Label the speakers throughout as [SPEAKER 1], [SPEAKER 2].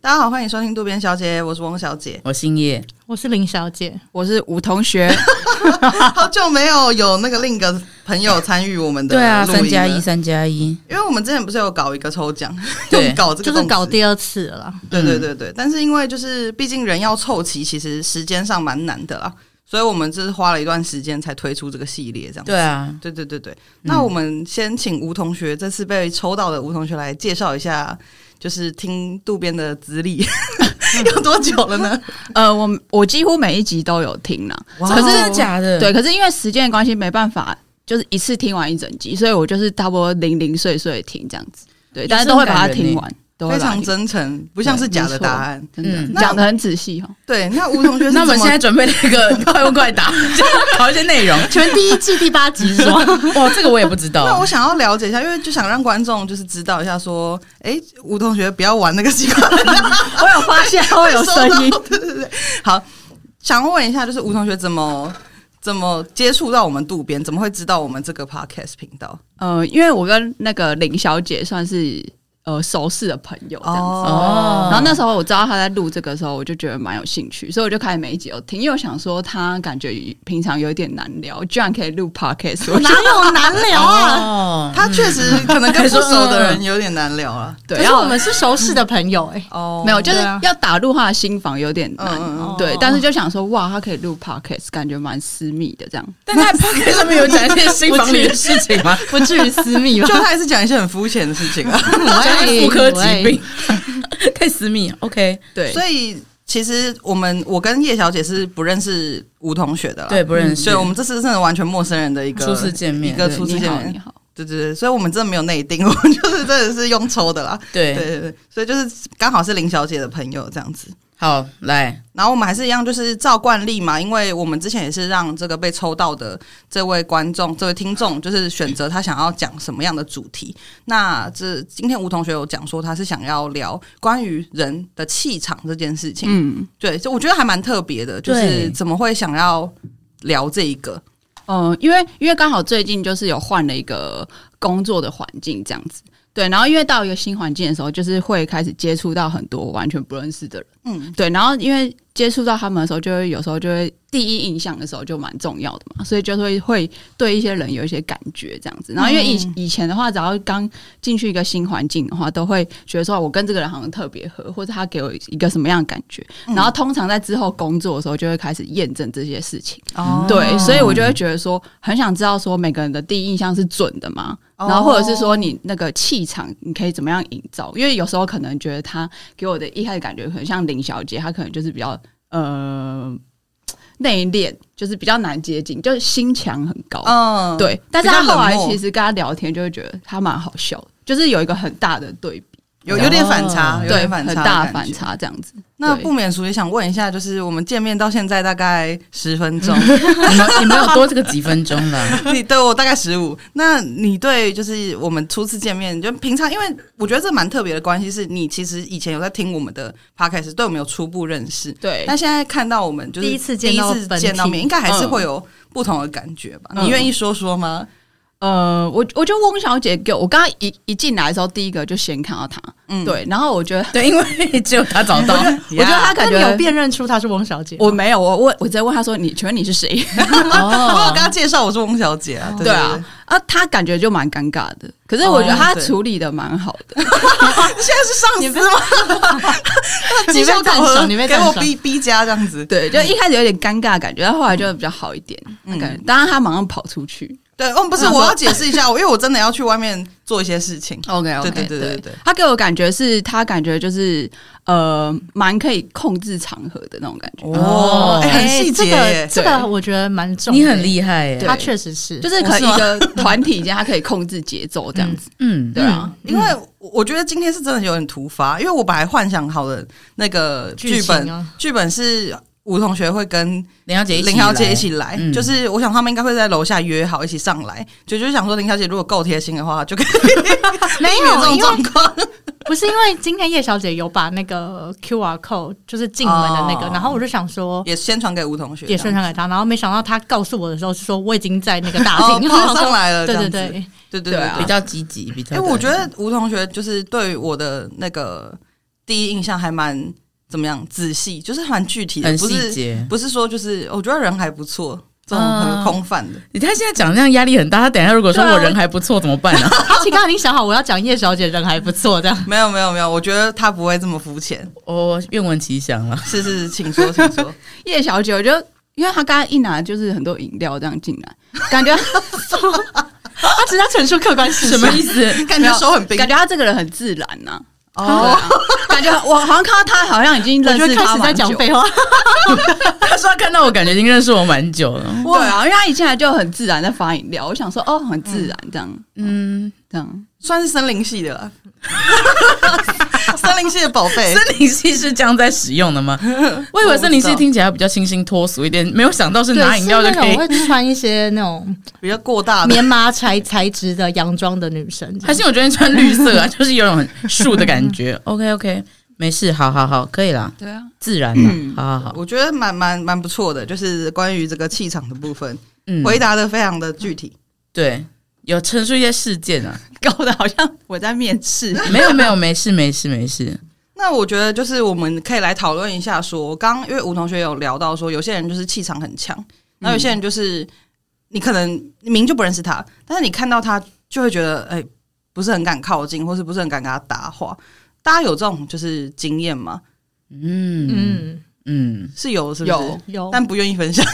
[SPEAKER 1] 大家好，欢迎收听渡边小姐，我是翁小姐，
[SPEAKER 2] 我姓叶，
[SPEAKER 3] 我是林小姐，
[SPEAKER 1] 哦
[SPEAKER 4] 我是吴同学。
[SPEAKER 1] 好久没有有那个另一个朋友参与我们的
[SPEAKER 2] 对啊，
[SPEAKER 1] 录
[SPEAKER 2] 三
[SPEAKER 1] 音
[SPEAKER 2] 加
[SPEAKER 1] 了
[SPEAKER 2] 一，三加一，
[SPEAKER 1] 因为我们之前不是有搞一个抽奖，
[SPEAKER 2] 对
[SPEAKER 1] 用搞这个
[SPEAKER 3] 就是搞
[SPEAKER 1] 定。
[SPEAKER 3] 第二次了啦。
[SPEAKER 1] 对
[SPEAKER 2] 嗯
[SPEAKER 1] 对对对，但是因为就是毕竟人要凑齐，其实时间上蛮难的啦，所以我们就是花了一段时间才推出这个系列这样。
[SPEAKER 2] 对啊，
[SPEAKER 1] 对对对对，那我们先请吴同学，这次被抽到的吴同学来介绍一下，就是听渡边的资 历 有多久了呢？
[SPEAKER 4] 呃，我我几乎每一集都有听呢，
[SPEAKER 1] 哇哦
[SPEAKER 4] 可
[SPEAKER 2] 真
[SPEAKER 4] 是
[SPEAKER 2] 的假的？
[SPEAKER 4] 对，可是因为时间的关系没办法，就是一次听完一整集，所以我就是差不多零零碎碎听这样子，对，但是都会把它听完，都会
[SPEAKER 1] 非
[SPEAKER 4] 把它
[SPEAKER 1] 常
[SPEAKER 4] 听
[SPEAKER 1] 真诚，不像是假的答案。
[SPEAKER 4] 真的
[SPEAKER 2] 嗯
[SPEAKER 1] 那
[SPEAKER 4] 讲的很仔细哦。
[SPEAKER 1] 对，那吴 同学是
[SPEAKER 2] 那我们
[SPEAKER 1] 怎么
[SPEAKER 2] 现在准备了一个快问快答，就考一些内容。
[SPEAKER 3] 请问第一季第八集是 吗？
[SPEAKER 2] 哇，这个我也不知
[SPEAKER 1] 那
[SPEAKER 2] 道
[SPEAKER 1] 我。想要了解一下，因为就想让观众就是知道一下，说，哎、吴同学不要玩那个习惯，，
[SPEAKER 4] 我有发现，我 有声音
[SPEAKER 1] 对对对，好，想问一下，就是吴同学怎么怎么接触到我们渡边，怎么会知道我们这个 podcast 频道？
[SPEAKER 4] 呃，因为我跟那个林小姐算是呃熟识的朋友这样子。
[SPEAKER 2] 哦
[SPEAKER 4] 然后那时候我知道她在录这个时候，我就觉得蛮有兴趣，所以我就开始每一集有听，因为我想说她感觉平常有一点难聊，居然可以录 podcast，我就
[SPEAKER 3] 哪有难聊啊？
[SPEAKER 2] 哦，
[SPEAKER 1] 他确实可能跟不熟的人有点难聊了。
[SPEAKER 4] 对，
[SPEAKER 3] 可
[SPEAKER 4] 然
[SPEAKER 3] 是
[SPEAKER 4] 后
[SPEAKER 3] 我们是熟识的朋友 哎、
[SPEAKER 1] 哦
[SPEAKER 4] 没有，就是
[SPEAKER 3] 对啊
[SPEAKER 4] 要打入他的心房有点难，
[SPEAKER 1] 嗯嗯
[SPEAKER 3] 嗯
[SPEAKER 4] 对
[SPEAKER 3] 哦。
[SPEAKER 4] 但是就想说，哇，他可以录 podcast，感觉蛮私密的这样，
[SPEAKER 2] 但他 p o c 上面有讲一些新房里的事情吗？
[SPEAKER 3] 不至于私密吧
[SPEAKER 1] 就？他还是讲一些很肤浅的事情啊。
[SPEAKER 2] 讲妇科疾病，太私密。OK，
[SPEAKER 4] 对，
[SPEAKER 1] 所以其实我们我跟叶小姐是不认识吴同学的啦，
[SPEAKER 2] 啊嗯对，不认识，
[SPEAKER 1] 嗯所以我们这次真的完全陌生人的一个
[SPEAKER 2] 初次见面
[SPEAKER 1] 一个
[SPEAKER 4] 对
[SPEAKER 1] 初次
[SPEAKER 4] 你
[SPEAKER 1] 见
[SPEAKER 4] 好
[SPEAKER 1] 面
[SPEAKER 4] 你。嗯好，
[SPEAKER 1] 对对对，所以我们真的没有内定， 我们就是真的是用抽的啦。对
[SPEAKER 2] 对，
[SPEAKER 1] 对对，所以就是刚好是林小姐的朋友这样子。
[SPEAKER 2] 好， 来，
[SPEAKER 1] 然后我们还是一样，就是照惯例嘛，因为我们之前也是让这个被抽到的这位观众、这位听众，就是选择他想要讲什么样的主题。那这今天吴同学有讲说，他是想要聊关于人的气场这件事情。
[SPEAKER 4] 嗯
[SPEAKER 1] 对，就我觉得还蛮特别的，就
[SPEAKER 2] 对
[SPEAKER 1] 是怎么会想要聊这一个？
[SPEAKER 4] 嗯、呃因为因为刚好最近就是有换了一个工作的环境这样子。对，然后因为到一个新环境的时候，就是会开始接触到很多完全不认识的人。
[SPEAKER 1] 嗯，
[SPEAKER 4] 对，然后因为接触到他们的时候，就会有时候就会第一印象的时候就蛮重要的嘛，所以就会会对一些人有一些感觉这样子。然后因为以、
[SPEAKER 1] 嗯
[SPEAKER 4] 以前的话，只要刚进去一个新环境的话，都会觉得说我跟这个人好像特别合，或者他给我一个什么样的感觉。然后通常在之后工作的时候，就会开始验证这些事情。
[SPEAKER 1] 哦
[SPEAKER 4] 对，所以我就会觉得说，很想知道说每个人的第一印象是准的吗？
[SPEAKER 1] 哦
[SPEAKER 4] 然后或者是说你那个气场，你可以怎么样营造？因为有时候可能觉得她给我的一开始感觉，可能像林小姐，她可能就是比较呃内敛，就是比较难接近，就是心墙很高。
[SPEAKER 1] 嗯，
[SPEAKER 4] 对，但是她
[SPEAKER 1] 比较
[SPEAKER 4] 后
[SPEAKER 1] 冷
[SPEAKER 4] 来
[SPEAKER 1] 漠
[SPEAKER 4] 其实跟她聊天，就会觉得她蛮好笑的，就是有一个很大的对比，
[SPEAKER 1] 有有点反差，
[SPEAKER 2] 哦
[SPEAKER 1] 有
[SPEAKER 4] 嗯对，
[SPEAKER 1] 点反差，
[SPEAKER 4] 很大的反。差这样子。
[SPEAKER 1] 那
[SPEAKER 4] 对
[SPEAKER 1] 不免俗也想问一下，就是我们见面到现在大概十分 钟，
[SPEAKER 2] 你们你们有多这个几分钟了？
[SPEAKER 1] 你对我大概十五。那你对就是我们初次见面，就平常，因为我觉得这蛮特别的关系，是你其实以前有在听我们的 podcast，对我们有初步认识，
[SPEAKER 4] 对
[SPEAKER 1] 但现在看到我们就是
[SPEAKER 3] 第一次见到
[SPEAKER 1] 第一次
[SPEAKER 3] 本体
[SPEAKER 1] 见到面，应该还是
[SPEAKER 4] 嗯
[SPEAKER 1] 会有不同的感觉吧？
[SPEAKER 4] 嗯
[SPEAKER 1] 你愿意说说吗？
[SPEAKER 4] 呃，我我觉得翁小姐给我，我刚刚一一进来的时候，第一个就先看到她，
[SPEAKER 1] 嗯，
[SPEAKER 4] 对，然后我觉得，
[SPEAKER 2] 对，因为 只有他找到，
[SPEAKER 4] 我觉得她感
[SPEAKER 3] 那你有
[SPEAKER 4] 觉
[SPEAKER 3] 辨认出她是翁小姐吗？
[SPEAKER 4] 我没有，我问，我直接问她说，你请问你是谁？
[SPEAKER 1] 我有
[SPEAKER 2] 哦
[SPEAKER 1] 跟他介绍我是翁小姐啊，
[SPEAKER 4] 对啊，啊，她感觉就蛮尴尬的，可是我觉得
[SPEAKER 1] 哦
[SPEAKER 4] 她
[SPEAKER 1] 对
[SPEAKER 4] 处理的蛮好 的，
[SPEAKER 1] 对对现在是上司吗？他 绩效考核
[SPEAKER 3] 你被赞赏你被
[SPEAKER 1] 给
[SPEAKER 3] 赞
[SPEAKER 1] 我
[SPEAKER 3] 赏
[SPEAKER 1] B B 加这样子，
[SPEAKER 4] 对，就一开始有点尴尬的感觉，但后来就比较好一点，那感觉，当然她马上跑出去
[SPEAKER 1] 对，哦，不是，
[SPEAKER 3] 嗯
[SPEAKER 4] 那
[SPEAKER 1] 我
[SPEAKER 4] 说
[SPEAKER 1] 要解释一下， 我因为我真的要去外面做一些事情。
[SPEAKER 4] ，OK
[SPEAKER 1] 对
[SPEAKER 4] OK，
[SPEAKER 1] 对对对对，
[SPEAKER 4] 她给我感觉是她感觉就是呃，蛮可以控制场合的那种感觉，
[SPEAKER 1] 哦，哎很
[SPEAKER 3] 哎
[SPEAKER 1] 细节
[SPEAKER 3] 这个
[SPEAKER 1] 耶，
[SPEAKER 3] 这个我觉得蛮重的，
[SPEAKER 2] 你很厉害耶
[SPEAKER 4] 对，
[SPEAKER 3] 她确实是，
[SPEAKER 4] 就是可能一个团体间，她可以控制节奏这样子，
[SPEAKER 2] 嗯，
[SPEAKER 4] 对啊，
[SPEAKER 1] 因为我我觉得今天是真的有点突发，因为我本来幻想好的那个剧
[SPEAKER 3] 剧
[SPEAKER 1] 本
[SPEAKER 3] 情，啊
[SPEAKER 1] 剧本是吴同学会跟
[SPEAKER 2] 林小姐一起来，
[SPEAKER 1] 林小姐一起来，
[SPEAKER 2] 嗯
[SPEAKER 1] 就是我想他们应该会在楼下约好一起上来，就就是想说林小姐如果够贴心的话，就可以避免这
[SPEAKER 3] 没有，
[SPEAKER 1] 种
[SPEAKER 3] 因为
[SPEAKER 1] 状 况。
[SPEAKER 3] 不是因为今天叶小姐有把那个 Q R code 就是进门的那个，
[SPEAKER 1] 哦
[SPEAKER 3] 然后我就想说。
[SPEAKER 1] 也宣传给吴同学，
[SPEAKER 3] 也宣传给她，然后没想到她告诉我的时候是说我已经在那个大
[SPEAKER 1] 哦
[SPEAKER 3] 厅，
[SPEAKER 1] 跑上来了，
[SPEAKER 3] 对
[SPEAKER 1] 这
[SPEAKER 3] 对
[SPEAKER 1] 样子对对
[SPEAKER 3] 对，
[SPEAKER 4] 对
[SPEAKER 1] 对嗯
[SPEAKER 4] 啊
[SPEAKER 1] 哎
[SPEAKER 2] 比较积极，比较。
[SPEAKER 1] 哎、我觉得吴同学就是对我的那个第一印象还蛮怎么样仔细，就是蛮具体的，
[SPEAKER 2] 很
[SPEAKER 1] 不
[SPEAKER 2] 细
[SPEAKER 1] 是
[SPEAKER 2] 节。
[SPEAKER 1] 不是说就是哦我觉得人还不错，这种很空泛的。
[SPEAKER 2] 你他现在讲这样压力很大，他等一下如果说
[SPEAKER 3] 对啊
[SPEAKER 2] 我人还不错怎么办呢、 啊？
[SPEAKER 3] 他其实刚刚已经想好，我要讲叶小姐人还不错 这样。
[SPEAKER 1] 没有没有没有，我觉得他不会这么肤浅。
[SPEAKER 2] 哦，愿闻其详了。
[SPEAKER 1] 是是，是，请说，请说。
[SPEAKER 4] 叶小姐，我觉得，因为她刚刚一拿就是很多饮料这样进来，感觉
[SPEAKER 3] 他只是在陈述客观事
[SPEAKER 2] 什
[SPEAKER 3] 实，
[SPEAKER 2] 么意 思？
[SPEAKER 1] 感觉手很冰
[SPEAKER 4] 感，觉她这个人很自然呐、
[SPEAKER 1] 哦
[SPEAKER 4] 哦，感觉我好像看到她好像已经
[SPEAKER 3] 我
[SPEAKER 4] 认
[SPEAKER 3] 觉得
[SPEAKER 4] 识
[SPEAKER 3] 开
[SPEAKER 4] 她
[SPEAKER 3] 始在
[SPEAKER 4] 蛮久
[SPEAKER 3] 讲。废话。
[SPEAKER 2] 他说他看到我，感觉已经认识我蛮久了。
[SPEAKER 4] 对啊，因为她一进来就很自然在发饮料，我想说哦，很自然这样、哦
[SPEAKER 2] 嗯，
[SPEAKER 4] 这样。
[SPEAKER 1] 算是森林系的 啦。森林系的宝贝，
[SPEAKER 2] 森林系是这样在使用的吗？我以为森林系听起来比较清新脱俗一点，没有想到是拿饮料就
[SPEAKER 3] 对是
[SPEAKER 2] 可
[SPEAKER 3] 那
[SPEAKER 2] 以
[SPEAKER 3] 种。会穿一些那 种
[SPEAKER 1] 比较过大的。
[SPEAKER 3] 棉麻材材质的洋装的女生，
[SPEAKER 2] 还是我昨天穿绿色啊，就是有种很树的感觉。OK OK，没事，好好好，可以啦，
[SPEAKER 4] 对啊，
[SPEAKER 2] 自然啦，
[SPEAKER 4] 嗯
[SPEAKER 2] 好好好，
[SPEAKER 1] 我觉得蛮蛮蛮不错的，就是关于这个气场的部分，
[SPEAKER 2] 嗯，
[SPEAKER 1] 回答的非常的具体。
[SPEAKER 2] 对，有陈述一些事件啊，
[SPEAKER 4] 搞得好像我在面试。
[SPEAKER 2] 没有没有，没事没事没事，
[SPEAKER 1] 那我觉得就是我们可以来讨论一下说刚刚因为吴同学有聊到说，有些人就是气场很强，那有些人就是、你可能你明就不认识他，但是你看到他就会觉得哎、不是很敢靠近，或是不是很敢跟他搭话。大家有这种就是经验吗？
[SPEAKER 2] 嗯
[SPEAKER 3] 嗯，
[SPEAKER 2] 嗯
[SPEAKER 1] 是有，是不是？
[SPEAKER 4] 有，
[SPEAKER 3] 有。
[SPEAKER 1] 但不愿意分享。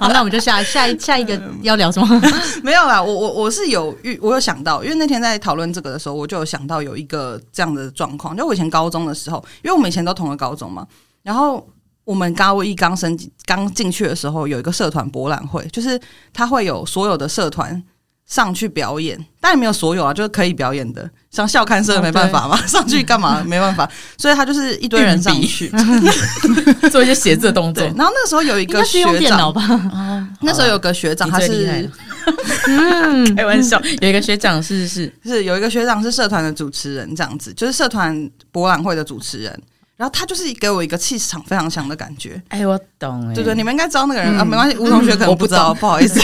[SPEAKER 3] 好，那我们就 下下一下一个要聊什
[SPEAKER 1] 嗯
[SPEAKER 3] 么？
[SPEAKER 1] 没有啦，我我我是有遇，我有想到，因为那天在讨论这个的时候，我就有想到有一个这样的状况，就我以前高中的时候，因为我们以前都同个高中嘛，然后我们高一刚升刚进去的时候，有一个社团博览会，就是它会有所有的社团。上去表演，当然没有所有啊，就是可以表演的，像校刊社
[SPEAKER 2] 哦
[SPEAKER 1] 没办法嘛，上去干嘛没办法，所以他就是一堆人上去，
[SPEAKER 2] 嗯，做一些写字的动
[SPEAKER 1] 对
[SPEAKER 2] 作。。
[SPEAKER 1] 然后那个时候有一
[SPEAKER 3] 应
[SPEAKER 1] 个
[SPEAKER 3] 该是
[SPEAKER 1] 学
[SPEAKER 3] 用电
[SPEAKER 1] 长，
[SPEAKER 3] 脑吧？
[SPEAKER 2] 哦，
[SPEAKER 1] 那时候有个学长，
[SPEAKER 2] 你
[SPEAKER 1] 他
[SPEAKER 2] 最厉害
[SPEAKER 1] 是
[SPEAKER 2] 了， 开玩笑，有一个学长是是
[SPEAKER 1] 是有一个学长是社团的主持人，这样子，就是社团博览会的主持人。然后他就是给我一个气场非常强的感觉，
[SPEAKER 2] 哎，我懂哎，
[SPEAKER 1] 对对，你们应该知道那个人、
[SPEAKER 2] 嗯
[SPEAKER 1] 啊，没关系，吴同学可
[SPEAKER 2] 嗯我
[SPEAKER 1] 能
[SPEAKER 2] 不
[SPEAKER 1] 不知道，不好意思。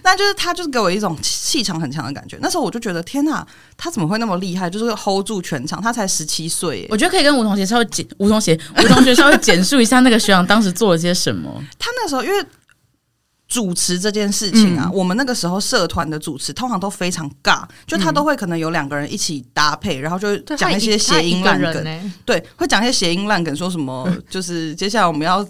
[SPEAKER 1] 但就是他就是给我一种气气场很强的感觉。那时候我就觉得天哪，他怎么会那么厉害？就是 hold 住全场，他才十七岁耶，
[SPEAKER 2] 我觉得可以跟吴同学稍微简吴同学吴同学稍微简述一下那个学长当时做了些什么。
[SPEAKER 1] 他那时候因为主持这件事情啊，
[SPEAKER 2] 嗯
[SPEAKER 1] 我们那个时候社团的主持通常都非常尬，就他都会可能有两个人一起搭配，然后就
[SPEAKER 3] 对
[SPEAKER 1] 讲一些谐音
[SPEAKER 3] 他
[SPEAKER 1] 烂
[SPEAKER 3] 一个
[SPEAKER 1] 梗啊
[SPEAKER 3] 人。欸呢，
[SPEAKER 1] 对，会讲一些谐音烂梗，说什么就是接下来我们要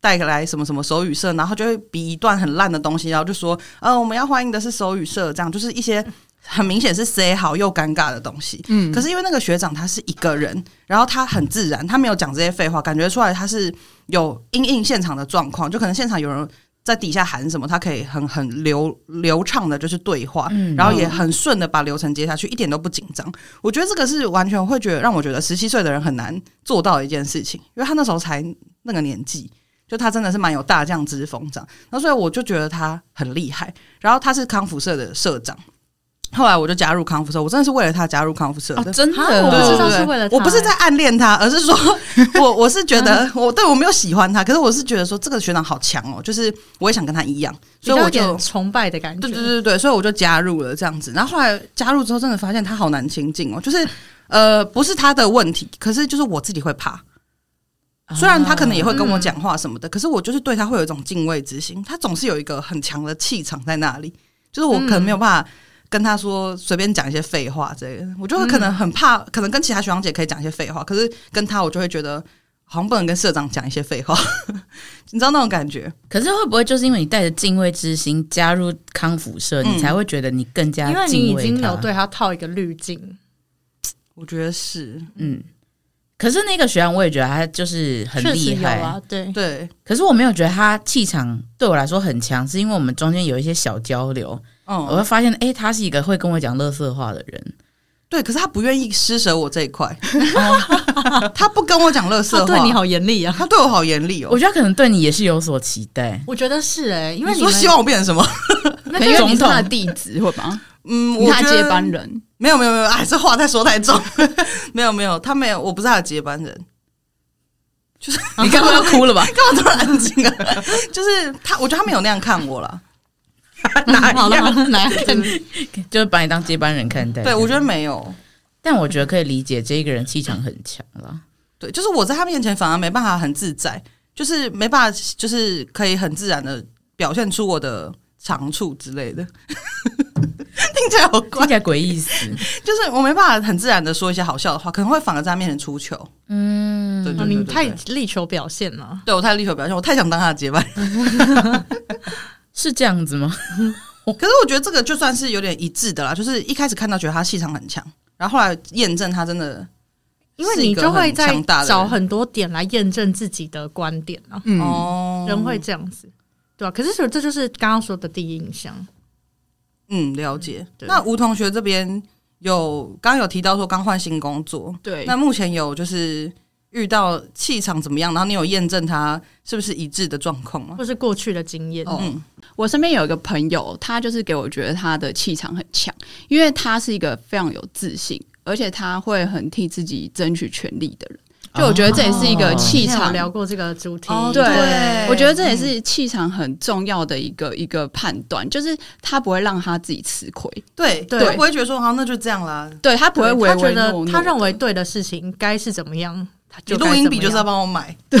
[SPEAKER 1] 带来什么什么手语社，然后就会比一段很烂的东西，然后就说呃我们要欢迎的是手语社，这样就是一些很明显是 say 好又尴尬的东西。
[SPEAKER 4] 嗯，
[SPEAKER 1] 可是因为那个学长他是一个人，然后他很自然，他没有讲这些废话，感觉出来他是有因应现场的状况，就可能现场有人在底下喊什么，他可以很很流流畅的，就是对话，
[SPEAKER 2] 嗯
[SPEAKER 1] 然后也很顺的把流程接下去，一点都不紧张。我觉得这个是完全会觉得让我觉得十七岁的人很难做到的一件事情，因为他那时候才那个年纪。就他真的是蛮有大将之风，这样，然后所以我就觉得他很厉害。然后他是康复社的社长，后来我就加入康复社，我真的是为了他加入康复社的。
[SPEAKER 2] 真
[SPEAKER 3] 的
[SPEAKER 1] 对
[SPEAKER 3] 哦我
[SPEAKER 1] 对
[SPEAKER 3] 不
[SPEAKER 1] 对
[SPEAKER 3] 知道是为了他欸
[SPEAKER 1] 我不是在暗恋他，而是 说我我是觉得我对我没有喜欢他，可是我是觉得说这个学长好强哦，就是我也想跟他一样，
[SPEAKER 3] 比
[SPEAKER 1] 所以
[SPEAKER 3] 较
[SPEAKER 1] 我
[SPEAKER 3] 有
[SPEAKER 1] 就
[SPEAKER 3] 点崇拜的感觉。
[SPEAKER 1] 对对对对，所以我就加入了这样子。然后后来加入之后，真的发现他好难亲近哦，就是呃不是他的问题，可是就是我自己会怕。虽然他可能也会跟我讲话什么的，可是我就是对他会有一种敬畏之心。他总是有一个很强的气场在那里，就是我可能没有办法跟他说随便讲一些废话之类的。我就会可能很怕，可能跟其他学长姐可以讲一些废话，可是跟他我就会觉得好像不能跟社长讲一些废话， 你知道那种感觉？
[SPEAKER 2] 可是会不会就是因为你带着敬畏之心加入康复社，
[SPEAKER 1] 嗯
[SPEAKER 2] 你才会觉得你更加
[SPEAKER 3] 因为你
[SPEAKER 2] 敬
[SPEAKER 3] 已
[SPEAKER 2] 畏
[SPEAKER 3] 经
[SPEAKER 2] 他
[SPEAKER 3] 有对他套一个滤镜，
[SPEAKER 1] 我觉得是
[SPEAKER 2] 嗯。可是那个学长，我也觉得他就是很
[SPEAKER 3] 确实
[SPEAKER 2] 厉
[SPEAKER 3] 有
[SPEAKER 2] 害。
[SPEAKER 3] 啊，对，
[SPEAKER 1] 对，
[SPEAKER 2] 可是我没有觉得他气场对我来说很强，是因为我们中间有一些小交流，
[SPEAKER 4] 哦
[SPEAKER 1] 嗯，
[SPEAKER 2] 我会发现，哎、他是一个会跟我讲乐色话的人。
[SPEAKER 1] 对，可是他不愿意施舍我这一块，他不跟我讲乐色话，
[SPEAKER 3] 他对你，好严厉啊。
[SPEAKER 1] 他对我好严厉
[SPEAKER 2] 我
[SPEAKER 1] 哦。
[SPEAKER 2] 觉得他可能对你也是有所期待。
[SPEAKER 3] 我觉得是哎，因为
[SPEAKER 1] 你
[SPEAKER 3] 们
[SPEAKER 1] 说希望我变成什么？
[SPEAKER 4] 可
[SPEAKER 2] 可以
[SPEAKER 4] 是你
[SPEAKER 2] 总
[SPEAKER 4] 是
[SPEAKER 2] 统
[SPEAKER 4] 他的弟子会吗？
[SPEAKER 1] 嗯，
[SPEAKER 4] 你
[SPEAKER 1] 我
[SPEAKER 4] 他
[SPEAKER 1] 觉
[SPEAKER 4] 接
[SPEAKER 1] 得
[SPEAKER 4] 班人，
[SPEAKER 1] 没有没有没有，哎，这话太说太重， 没有没有，他没有，我不是他的接班人。
[SPEAKER 2] 你该不会要哭了吧？
[SPEAKER 1] 干嘛突然安静啊？ 就是他，我觉得他没有那样看我啦。啊
[SPEAKER 3] 好了，好了来，
[SPEAKER 2] 就是把你当接班人看待。
[SPEAKER 1] 对，我觉得没有。
[SPEAKER 2] 但我觉得可以理解这一个人气场很强啦。
[SPEAKER 1] 对，就是我在他面前反而没办法很自在，就是没办法，就是可以很自然的表现出我的长处之类的。 听起来好怪
[SPEAKER 2] 听，起来诡异死，
[SPEAKER 1] 就是我没办法很自然的说一些好笑的话，可能会反而在他面前出糗。嗯，对对
[SPEAKER 3] 哦
[SPEAKER 1] 对
[SPEAKER 3] 你
[SPEAKER 1] 对
[SPEAKER 3] 太
[SPEAKER 1] 对
[SPEAKER 3] 力求表现了。
[SPEAKER 1] 对我太力求表现，我太想当他的 结拜。
[SPEAKER 2] 是这样子吗？
[SPEAKER 1] 可是我觉得这个就算是有点一致的啦，就是一开始看到觉得他气场很强，然后后来验证他真的
[SPEAKER 3] 因为
[SPEAKER 1] 是一
[SPEAKER 3] 你
[SPEAKER 1] 个
[SPEAKER 3] 就会
[SPEAKER 1] 很
[SPEAKER 3] 在
[SPEAKER 1] 强大的
[SPEAKER 3] 找
[SPEAKER 1] 人
[SPEAKER 3] 很多点来验证自己的观点啊，
[SPEAKER 4] 嗯，
[SPEAKER 1] 哦，
[SPEAKER 3] 人会这样子，对吧、可是这就是刚刚说的第一印象，
[SPEAKER 1] 嗯了解。
[SPEAKER 3] 对
[SPEAKER 1] 那吴同学这边有刚刚有提到说刚换新工作，
[SPEAKER 4] 对
[SPEAKER 1] 那目前有就是遇到气场怎么样，然后你有验证他是不是一致的状况吗？
[SPEAKER 3] 或是过去的经验。
[SPEAKER 4] 哦
[SPEAKER 1] 嗯
[SPEAKER 4] 我身边有一个朋友，他就是给我觉得他的气场很强，因为他是一个非常有自信，而且他会很替自己争取权利的人。
[SPEAKER 3] 啊
[SPEAKER 4] 就我觉得这也是一个
[SPEAKER 3] 之
[SPEAKER 4] 气
[SPEAKER 3] 前哦有
[SPEAKER 4] 场。
[SPEAKER 3] 聊过这个主题，
[SPEAKER 1] 哦
[SPEAKER 4] 对
[SPEAKER 1] 对
[SPEAKER 4] 我觉得这也是气场很重要的一个一个判断，就是他不会让他自己吃亏，
[SPEAKER 1] 对
[SPEAKER 3] 对
[SPEAKER 1] 他不会觉得说好那就这样啦。
[SPEAKER 4] 对他不会唯
[SPEAKER 3] 他觉
[SPEAKER 4] 唯诺
[SPEAKER 3] 得
[SPEAKER 4] 诺。
[SPEAKER 3] 他认为对的事情该是怎么样，他
[SPEAKER 1] 你
[SPEAKER 3] 就
[SPEAKER 1] 录
[SPEAKER 3] 该
[SPEAKER 1] 音
[SPEAKER 3] 怎
[SPEAKER 1] 笔
[SPEAKER 3] 么
[SPEAKER 1] 就是要
[SPEAKER 3] 样
[SPEAKER 1] 帮我买，
[SPEAKER 3] 对，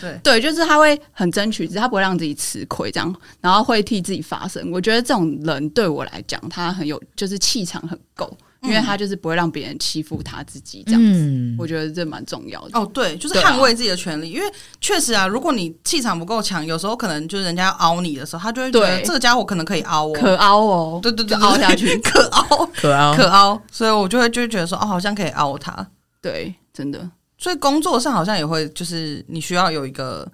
[SPEAKER 1] 对，
[SPEAKER 4] 对，就是他会很争取，只是他不会让自己吃亏，这样，然后会替自己发声。我觉得这种人对我来讲，他很有，就是气场很够，
[SPEAKER 1] 嗯
[SPEAKER 4] 因为他就是不会让别人欺负他自 己，这样。
[SPEAKER 2] 嗯
[SPEAKER 4] 我觉得这蛮重要的。
[SPEAKER 1] 哦，对，就是
[SPEAKER 4] 对啊
[SPEAKER 1] 捍卫自己的权利，因为确实啊，如果你气场不够强，有时候可能就是人家要凹你的时候，他就会觉得
[SPEAKER 4] 对
[SPEAKER 1] 这个家伙可能可以凹我，
[SPEAKER 4] 可凹哦，
[SPEAKER 1] 对对对，，
[SPEAKER 4] 就凹下去 嗯
[SPEAKER 1] 可凹
[SPEAKER 2] 可哦凹，
[SPEAKER 1] 可凹，所以我就会就会觉得说，哦，好像可以凹他。
[SPEAKER 4] 对，真的，
[SPEAKER 1] 所以工作上好像也会，就是你需要有一个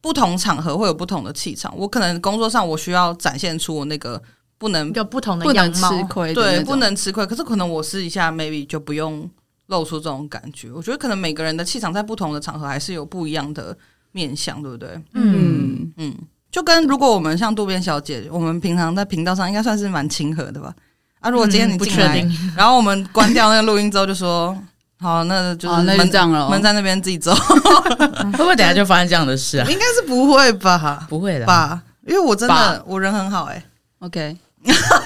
[SPEAKER 1] 不同场合会有不同的气场。我可能工作上我需要展现出我那个不能
[SPEAKER 3] 一个不同的
[SPEAKER 4] 不
[SPEAKER 3] 样
[SPEAKER 4] 能吃
[SPEAKER 3] 貌。
[SPEAKER 4] 亏的那
[SPEAKER 1] 对
[SPEAKER 4] 种，
[SPEAKER 1] 不能吃亏，可是可能我私底下 maybe 就不用露出这种感觉。我觉得可能每个人的气场在不同的场合还是有不一样的面相，对不对？
[SPEAKER 2] 嗯，
[SPEAKER 4] 嗯，
[SPEAKER 1] 嗯，就跟如果我们像渡边小姐，我们平常在频道上应该算是蛮亲和的吧？啊，如果今天你
[SPEAKER 3] 不
[SPEAKER 1] 进
[SPEAKER 3] 确
[SPEAKER 1] 来，
[SPEAKER 3] 定，
[SPEAKER 1] 然后我们关掉那个录音之后，就说好，哦那就是
[SPEAKER 4] 好，那就
[SPEAKER 1] 闷
[SPEAKER 4] 这样了。
[SPEAKER 1] 闷在那边自己走，
[SPEAKER 2] 会不会等一下就发生这样的事啊？
[SPEAKER 1] 应该是不会 吧？
[SPEAKER 2] 不会啦，
[SPEAKER 1] 啊吧，因为我真的
[SPEAKER 4] 吧
[SPEAKER 1] 我人很好哎、
[SPEAKER 4] OK，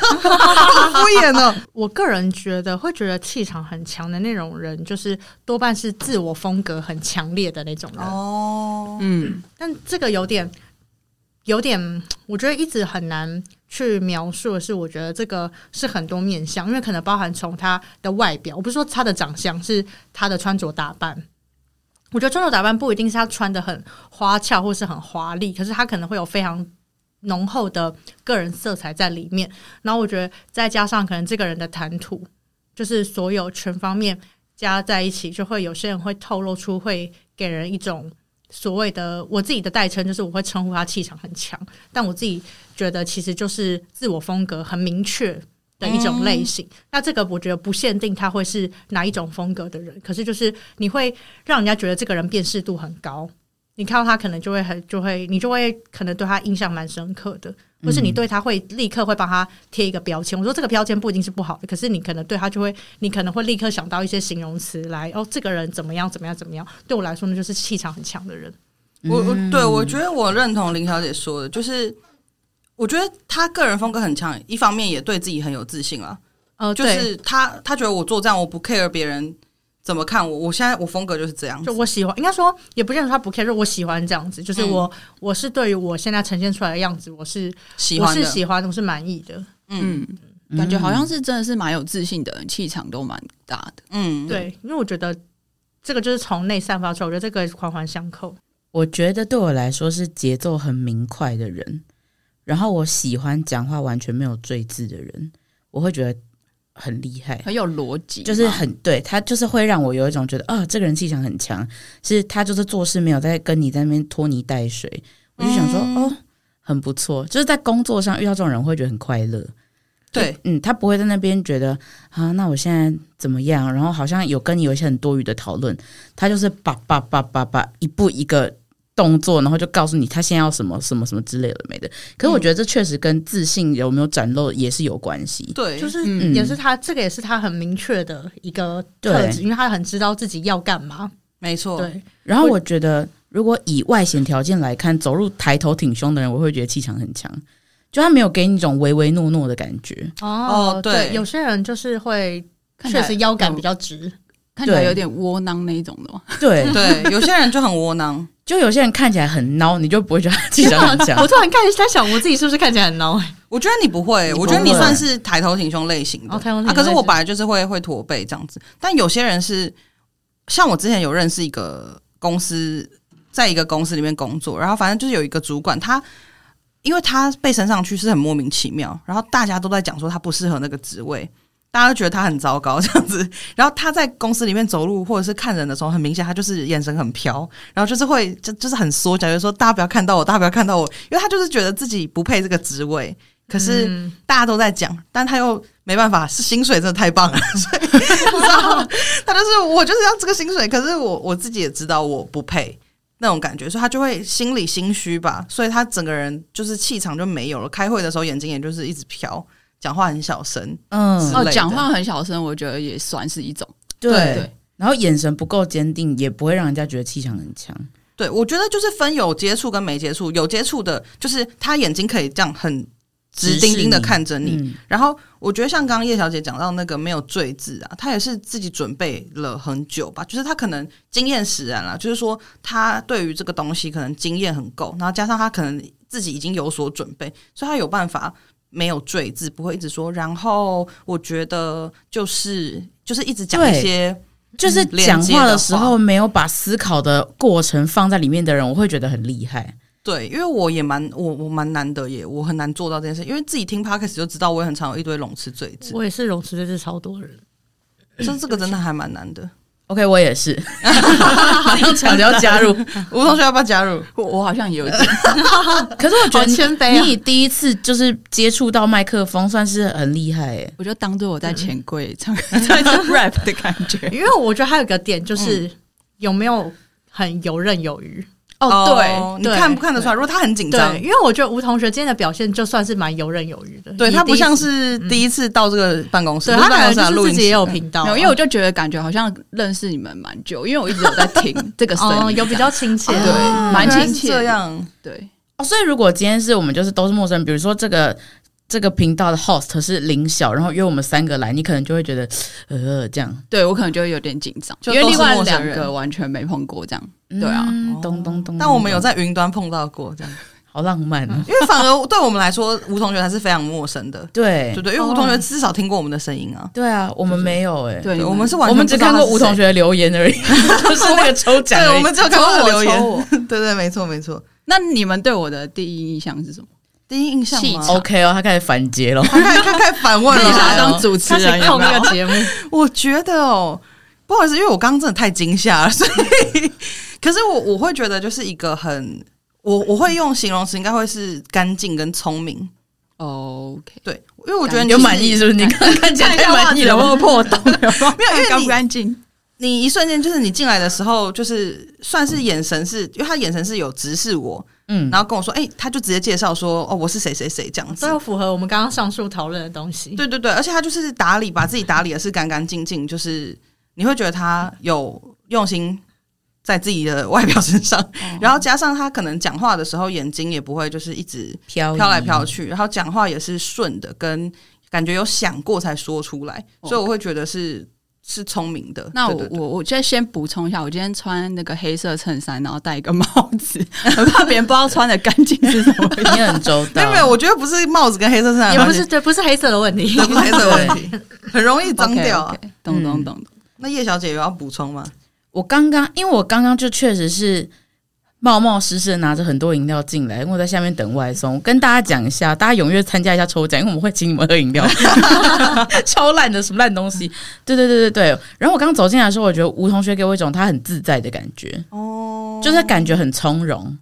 [SPEAKER 1] 好敷衍 哦。
[SPEAKER 3] 我个人觉得会觉得气场很强的那种人，就是多半是自我风格很强烈的那种人。
[SPEAKER 1] 哦，
[SPEAKER 4] 嗯，
[SPEAKER 3] 但这个有点，有点，我觉得一直很难去描述的是，我觉得这个是很多面相，因为可能包含从他的外表，我不是说他的长相，是他的穿着打扮。我觉得穿着打扮不一定是他穿的很花俏或是很华丽，可是他可能会有非常浓厚的个人色彩在里面。然后我觉得再加上可能这个人的谈吐，就是所有全方面加在一起，就会有些人会透露出会给人一种所谓的我自己的代称，就是我会称呼他气场很强，但我自己觉得其实就是自我风格很明确。的一种类型，那这个我觉得不限定他会是哪一种风格的人，可是就是你会让人家觉得这个人辨识度很高，你看到他可能就会很就会你就会可能对他印象蛮深刻的，或是你对他会立刻会帮他贴一个标签。我说这个标签不一定是不好的，可是你可能对他就会你可能会立刻想到一些形容词来，哦，这个人怎么样怎么样怎么样。对我来说呢，就是气场很强的人。
[SPEAKER 1] 我我
[SPEAKER 3] 嗯
[SPEAKER 1] 对我觉得我认同林小姐说的，就是我觉得她个人风格很强，一方面也对自己很有自信啊。
[SPEAKER 3] 呃，
[SPEAKER 1] 就
[SPEAKER 3] 对
[SPEAKER 1] 是她她觉得我做这样，我不 care 别人怎么看我，我现在我风格就是这样子
[SPEAKER 3] 就。我喜欢，应该说也不见得他不 care，就是我喜欢这样子。就是
[SPEAKER 1] 嗯
[SPEAKER 3] 我、我是对于我现在呈现出来的样子，我是
[SPEAKER 1] 喜
[SPEAKER 3] 我
[SPEAKER 1] 欢
[SPEAKER 3] 是
[SPEAKER 1] 的，
[SPEAKER 3] 喜欢，我是满意的。
[SPEAKER 1] 嗯
[SPEAKER 4] 嗯，感觉好像是真的是蛮有自信的人，气场都蛮大的。
[SPEAKER 1] 嗯，
[SPEAKER 3] 对，因为我觉得这个就是从内散发出来，我觉得这个环环相扣。
[SPEAKER 2] 我觉得对我来说是节奏很明快的人，然后我喜欢讲话完全没有赘字的人，我会觉得很厉害。
[SPEAKER 4] 很有逻辑嘛，
[SPEAKER 2] 就是很对他，就是会让我有一种觉得啊、这个人气场很强，是他就是做事没有在跟你在那边拖泥带水，我就想说、哦，很不错，就是在工作上遇到这种人会觉得很快乐。
[SPEAKER 1] 对，
[SPEAKER 2] 嗯，他不会在那边觉得啊，那我现在怎么样？然后好像有跟你有一些很多余的讨论，他就是叭叭叭叭叭一步一个动作，然后就告诉你他现在要什么什么什么之类的没的。可是我觉得这确实跟自信有没有展露也是有关系。
[SPEAKER 1] 对，
[SPEAKER 3] 就是
[SPEAKER 2] 嗯
[SPEAKER 3] 也是他、这个也是他很明确的一个特
[SPEAKER 2] 对
[SPEAKER 3] 质，因为他很知道自己要干嘛。
[SPEAKER 1] 没错，
[SPEAKER 3] 对，
[SPEAKER 2] 然后我觉得，如果以外显条件来看，走路抬头挺胸的人，我会觉得气场很强，就他没有给你一种唯唯诺诺的感觉。
[SPEAKER 1] 哦对
[SPEAKER 3] 有些人就是会
[SPEAKER 4] 看起
[SPEAKER 3] 确
[SPEAKER 4] 来
[SPEAKER 3] 实腰杆比较直，。
[SPEAKER 4] 看起来
[SPEAKER 2] 对
[SPEAKER 4] 有点窝囊那一种的嘛。
[SPEAKER 2] 对，
[SPEAKER 1] 对，有些人就很窝囊，
[SPEAKER 2] 就有些人看起来很孬，你就不会觉得他气场很强
[SPEAKER 3] 我突然看在想，我自己是不是看起来很孬、欸？
[SPEAKER 1] 我觉得你不会，
[SPEAKER 2] 不
[SPEAKER 1] 我觉得你
[SPEAKER 2] 会
[SPEAKER 1] 算是抬头挺胸类型的。
[SPEAKER 3] 哦抬头挺胸
[SPEAKER 1] 啊，可是我
[SPEAKER 3] 类型
[SPEAKER 1] 本来就是会会驼背这样子，但有些人是，像我之前有认识一个公司，在一个公司里面工作，然后反正就是有一个主管，他因为他被升上去是很莫名其妙，然后大家都在讲说他不适合那个职位。大家都觉得他很糟糕这样子，然后他在公司里面走路或者是看人的时候，很明显他就是眼神很飘，然后就是会就就是很缩脚，就是说大家不要看到我，大家不要看到我，因为他就是觉得自己不配这个职位，可是
[SPEAKER 3] 嗯
[SPEAKER 1] 大家都在讲，但他又没办法，是薪水真的太 棒了，所以你知道吗他就是我就是要这个薪水，可是我我自己也知道我不配那种感觉，所以他就会心里心虚吧，所以他整个人就是气场就没有了。开会的时候眼睛也就是一直飘，讲话很小声，
[SPEAKER 2] 嗯
[SPEAKER 1] 之，类
[SPEAKER 4] 哦，
[SPEAKER 1] 的
[SPEAKER 4] 讲话很小声，我觉得也算是一种。
[SPEAKER 2] 对
[SPEAKER 4] 对。
[SPEAKER 2] 然后眼神不够坚定，也不会让人家觉得气场很强。
[SPEAKER 1] 对，我觉得就是分有接触跟没接触，有接触的就是他眼睛可以这样很直盯盯的看着你，
[SPEAKER 2] 嗯，
[SPEAKER 1] 然后我觉得像刚刚叶小姐讲到那个没有坠字啊，她也是自己准备了很久吧，就是她可能经验使然啦，就是说她对于这个东西可能经验很够，然后加上她可能自己已经有所准备，所以她有办法没有坠字，不会一直说。然后我觉得就是就是一直讲一
[SPEAKER 2] 对
[SPEAKER 1] 些
[SPEAKER 2] 就是讲话的时候没有把思考的过程放在里面的人，我会觉得很厉害。
[SPEAKER 1] 对，因为我也蛮我我蛮难得耶，我很难做到这件事，因为自己听 podcast 就知道我也很常有一堆笼吃坠字，
[SPEAKER 3] 我也是容辞这是超多人，
[SPEAKER 1] 这这个真的还蛮难的。
[SPEAKER 2] OK，我也是，要抢着要加入。
[SPEAKER 1] 吴同学要不要加入？
[SPEAKER 4] 我我好像也有一点，
[SPEAKER 2] 可是我觉
[SPEAKER 3] 好
[SPEAKER 2] 得你
[SPEAKER 3] 谦卑啊！
[SPEAKER 2] 你以第一次就是接触到麦克风，算是很厉害欸诶。
[SPEAKER 4] 我就当做我在钱柜唱在唱 rap 的感觉。
[SPEAKER 3] 因为我觉得还有一个点
[SPEAKER 1] 嗯
[SPEAKER 3] 就是、有没有很游刃有余。
[SPEAKER 1] 哦，
[SPEAKER 4] 对
[SPEAKER 1] 你看不看得出来？如果他很紧张
[SPEAKER 3] 对，，因为我觉得吴同学今天的表现就算是蛮游刃有余的，
[SPEAKER 1] 对
[SPEAKER 3] 以
[SPEAKER 1] 他不
[SPEAKER 3] 第一
[SPEAKER 1] 像
[SPEAKER 3] 次
[SPEAKER 1] 是第一次到这个办公室，
[SPEAKER 3] 对
[SPEAKER 1] 不
[SPEAKER 3] 他
[SPEAKER 1] 是办
[SPEAKER 3] 可
[SPEAKER 1] 公室啊
[SPEAKER 3] 能就
[SPEAKER 1] 录
[SPEAKER 3] 是
[SPEAKER 1] 音
[SPEAKER 3] 自
[SPEAKER 1] 室
[SPEAKER 3] 己也有频道啊，
[SPEAKER 4] 没有，因为我就觉得感觉好像认识你们蛮久，因为我一直有在听这个声音，
[SPEAKER 3] 哦有比较亲切，
[SPEAKER 4] 这样对，蛮
[SPEAKER 1] 哦原来是
[SPEAKER 4] 亲切
[SPEAKER 1] 这
[SPEAKER 4] 的。
[SPEAKER 1] 样
[SPEAKER 4] 对，
[SPEAKER 2] 哦，所以如果今天是我们就是都是陌生人，比如说这个这个频道的 host 是林晓，然后约我们三个来，你可能就会觉得呃这样。
[SPEAKER 4] 对我可能就会有点紧张，
[SPEAKER 1] 就
[SPEAKER 4] 因
[SPEAKER 1] 都是
[SPEAKER 4] 为另外
[SPEAKER 1] 陌生
[SPEAKER 4] 两
[SPEAKER 1] 人
[SPEAKER 4] 个完全没碰过这样。对啊
[SPEAKER 2] 嗯
[SPEAKER 1] 哦
[SPEAKER 2] 咚咚咚。
[SPEAKER 1] 但我们有嗯
[SPEAKER 2] 咚
[SPEAKER 1] 在云端碰到过这样，
[SPEAKER 2] 好浪漫哦。
[SPEAKER 1] 因为反而对我们来说，吴同学他是非常陌生的，
[SPEAKER 2] 对
[SPEAKER 1] 对不对？因为吴同学至少听过我们的声音啊，
[SPEAKER 2] 对啊，我们没有诶。
[SPEAKER 4] 对，
[SPEAKER 1] 对我们是 完
[SPEAKER 2] 我
[SPEAKER 1] 全
[SPEAKER 2] 们
[SPEAKER 1] 不
[SPEAKER 2] 只
[SPEAKER 1] 知道
[SPEAKER 2] 看
[SPEAKER 1] 他
[SPEAKER 2] 过
[SPEAKER 1] 是
[SPEAKER 2] 吴同
[SPEAKER 1] 谁，
[SPEAKER 2] 学的留 言而已，就是那个抽奖而已。
[SPEAKER 1] 对，我们只有看
[SPEAKER 4] 抽
[SPEAKER 1] 过他的
[SPEAKER 4] 我
[SPEAKER 1] 留
[SPEAKER 4] 抽
[SPEAKER 1] 言，
[SPEAKER 4] 我。
[SPEAKER 1] 对对，没错没错。
[SPEAKER 4] 那你们对我的第一印象是什么？
[SPEAKER 1] 第一印象
[SPEAKER 4] 气
[SPEAKER 1] 吗？
[SPEAKER 4] 场
[SPEAKER 2] OK 哦，他开始反结了。
[SPEAKER 1] 他开他开始反问
[SPEAKER 4] 你
[SPEAKER 1] 了，
[SPEAKER 4] 想要当主持
[SPEAKER 3] 开始
[SPEAKER 4] 人有
[SPEAKER 3] 控
[SPEAKER 4] 没
[SPEAKER 3] 那
[SPEAKER 4] 有
[SPEAKER 3] 个？节目，
[SPEAKER 1] 我觉得哦，不好意思，因为我刚刚真的太惊吓了，所以可是我我会觉得就是一个很我我会用形容词，应该会是干净跟聪明。
[SPEAKER 4] 哦 OK，
[SPEAKER 1] 对，因为我觉得你
[SPEAKER 2] 有
[SPEAKER 1] 是
[SPEAKER 2] 满意是不是？你刚刚看起来太满意 了，
[SPEAKER 4] 有没有破洞？没
[SPEAKER 1] 有因为你
[SPEAKER 4] 干不干净？
[SPEAKER 1] 你一瞬间就是你进来的时候，就是算是眼神是，因为他眼神是有直视我，
[SPEAKER 2] 嗯，
[SPEAKER 1] 然后跟我说，哎、他就直接介绍说，哦，我是谁谁谁这样子
[SPEAKER 3] 都。有符合我们刚刚上述讨论的东西。
[SPEAKER 1] 对对对，而且他就是打理，把自己打理的是干干净净，就是你会觉得他有用心在自己的外表身上，然后加上他可能讲话的时候眼睛也不会就是一直
[SPEAKER 2] 飘
[SPEAKER 1] 飘来飘
[SPEAKER 2] 去。
[SPEAKER 1] 去，然后讲话也是顺的，跟感觉有想过才说出来，
[SPEAKER 4] 哦
[SPEAKER 1] 所以我会觉得是是聪明的。
[SPEAKER 4] 那我
[SPEAKER 1] 对对对
[SPEAKER 4] 我我就先补充一下，我今天穿那个黑色衬衫，然后戴一个 帽子，很怕别人不知道穿的干净是什么。
[SPEAKER 2] 你很周
[SPEAKER 1] 没有
[SPEAKER 2] 到，
[SPEAKER 1] 没有，我觉得不是帽子跟黑色衬衫
[SPEAKER 3] 也
[SPEAKER 1] 的
[SPEAKER 3] 不
[SPEAKER 1] 关系，
[SPEAKER 3] 是对，不是黑色的问题，
[SPEAKER 1] 啊对不是黑色的问题，很容易 脏掉啊。
[SPEAKER 4] o k 懂懂懂。
[SPEAKER 1] 那叶小姐有要补充吗？
[SPEAKER 2] 我刚刚因为我刚刚就确实是冒冒失失的拿着很多饮料进来，因为我在下面等外送。我跟大家讲一下，大家踊跃参加一下抽奖，因为我们会请你们喝饮 料，超烂的什么烂东西。对对对对对。然后我刚走进来的时候，我觉得吴同学给我一种他很自在的感觉，
[SPEAKER 1] 哦
[SPEAKER 2] 就是他感觉很从容。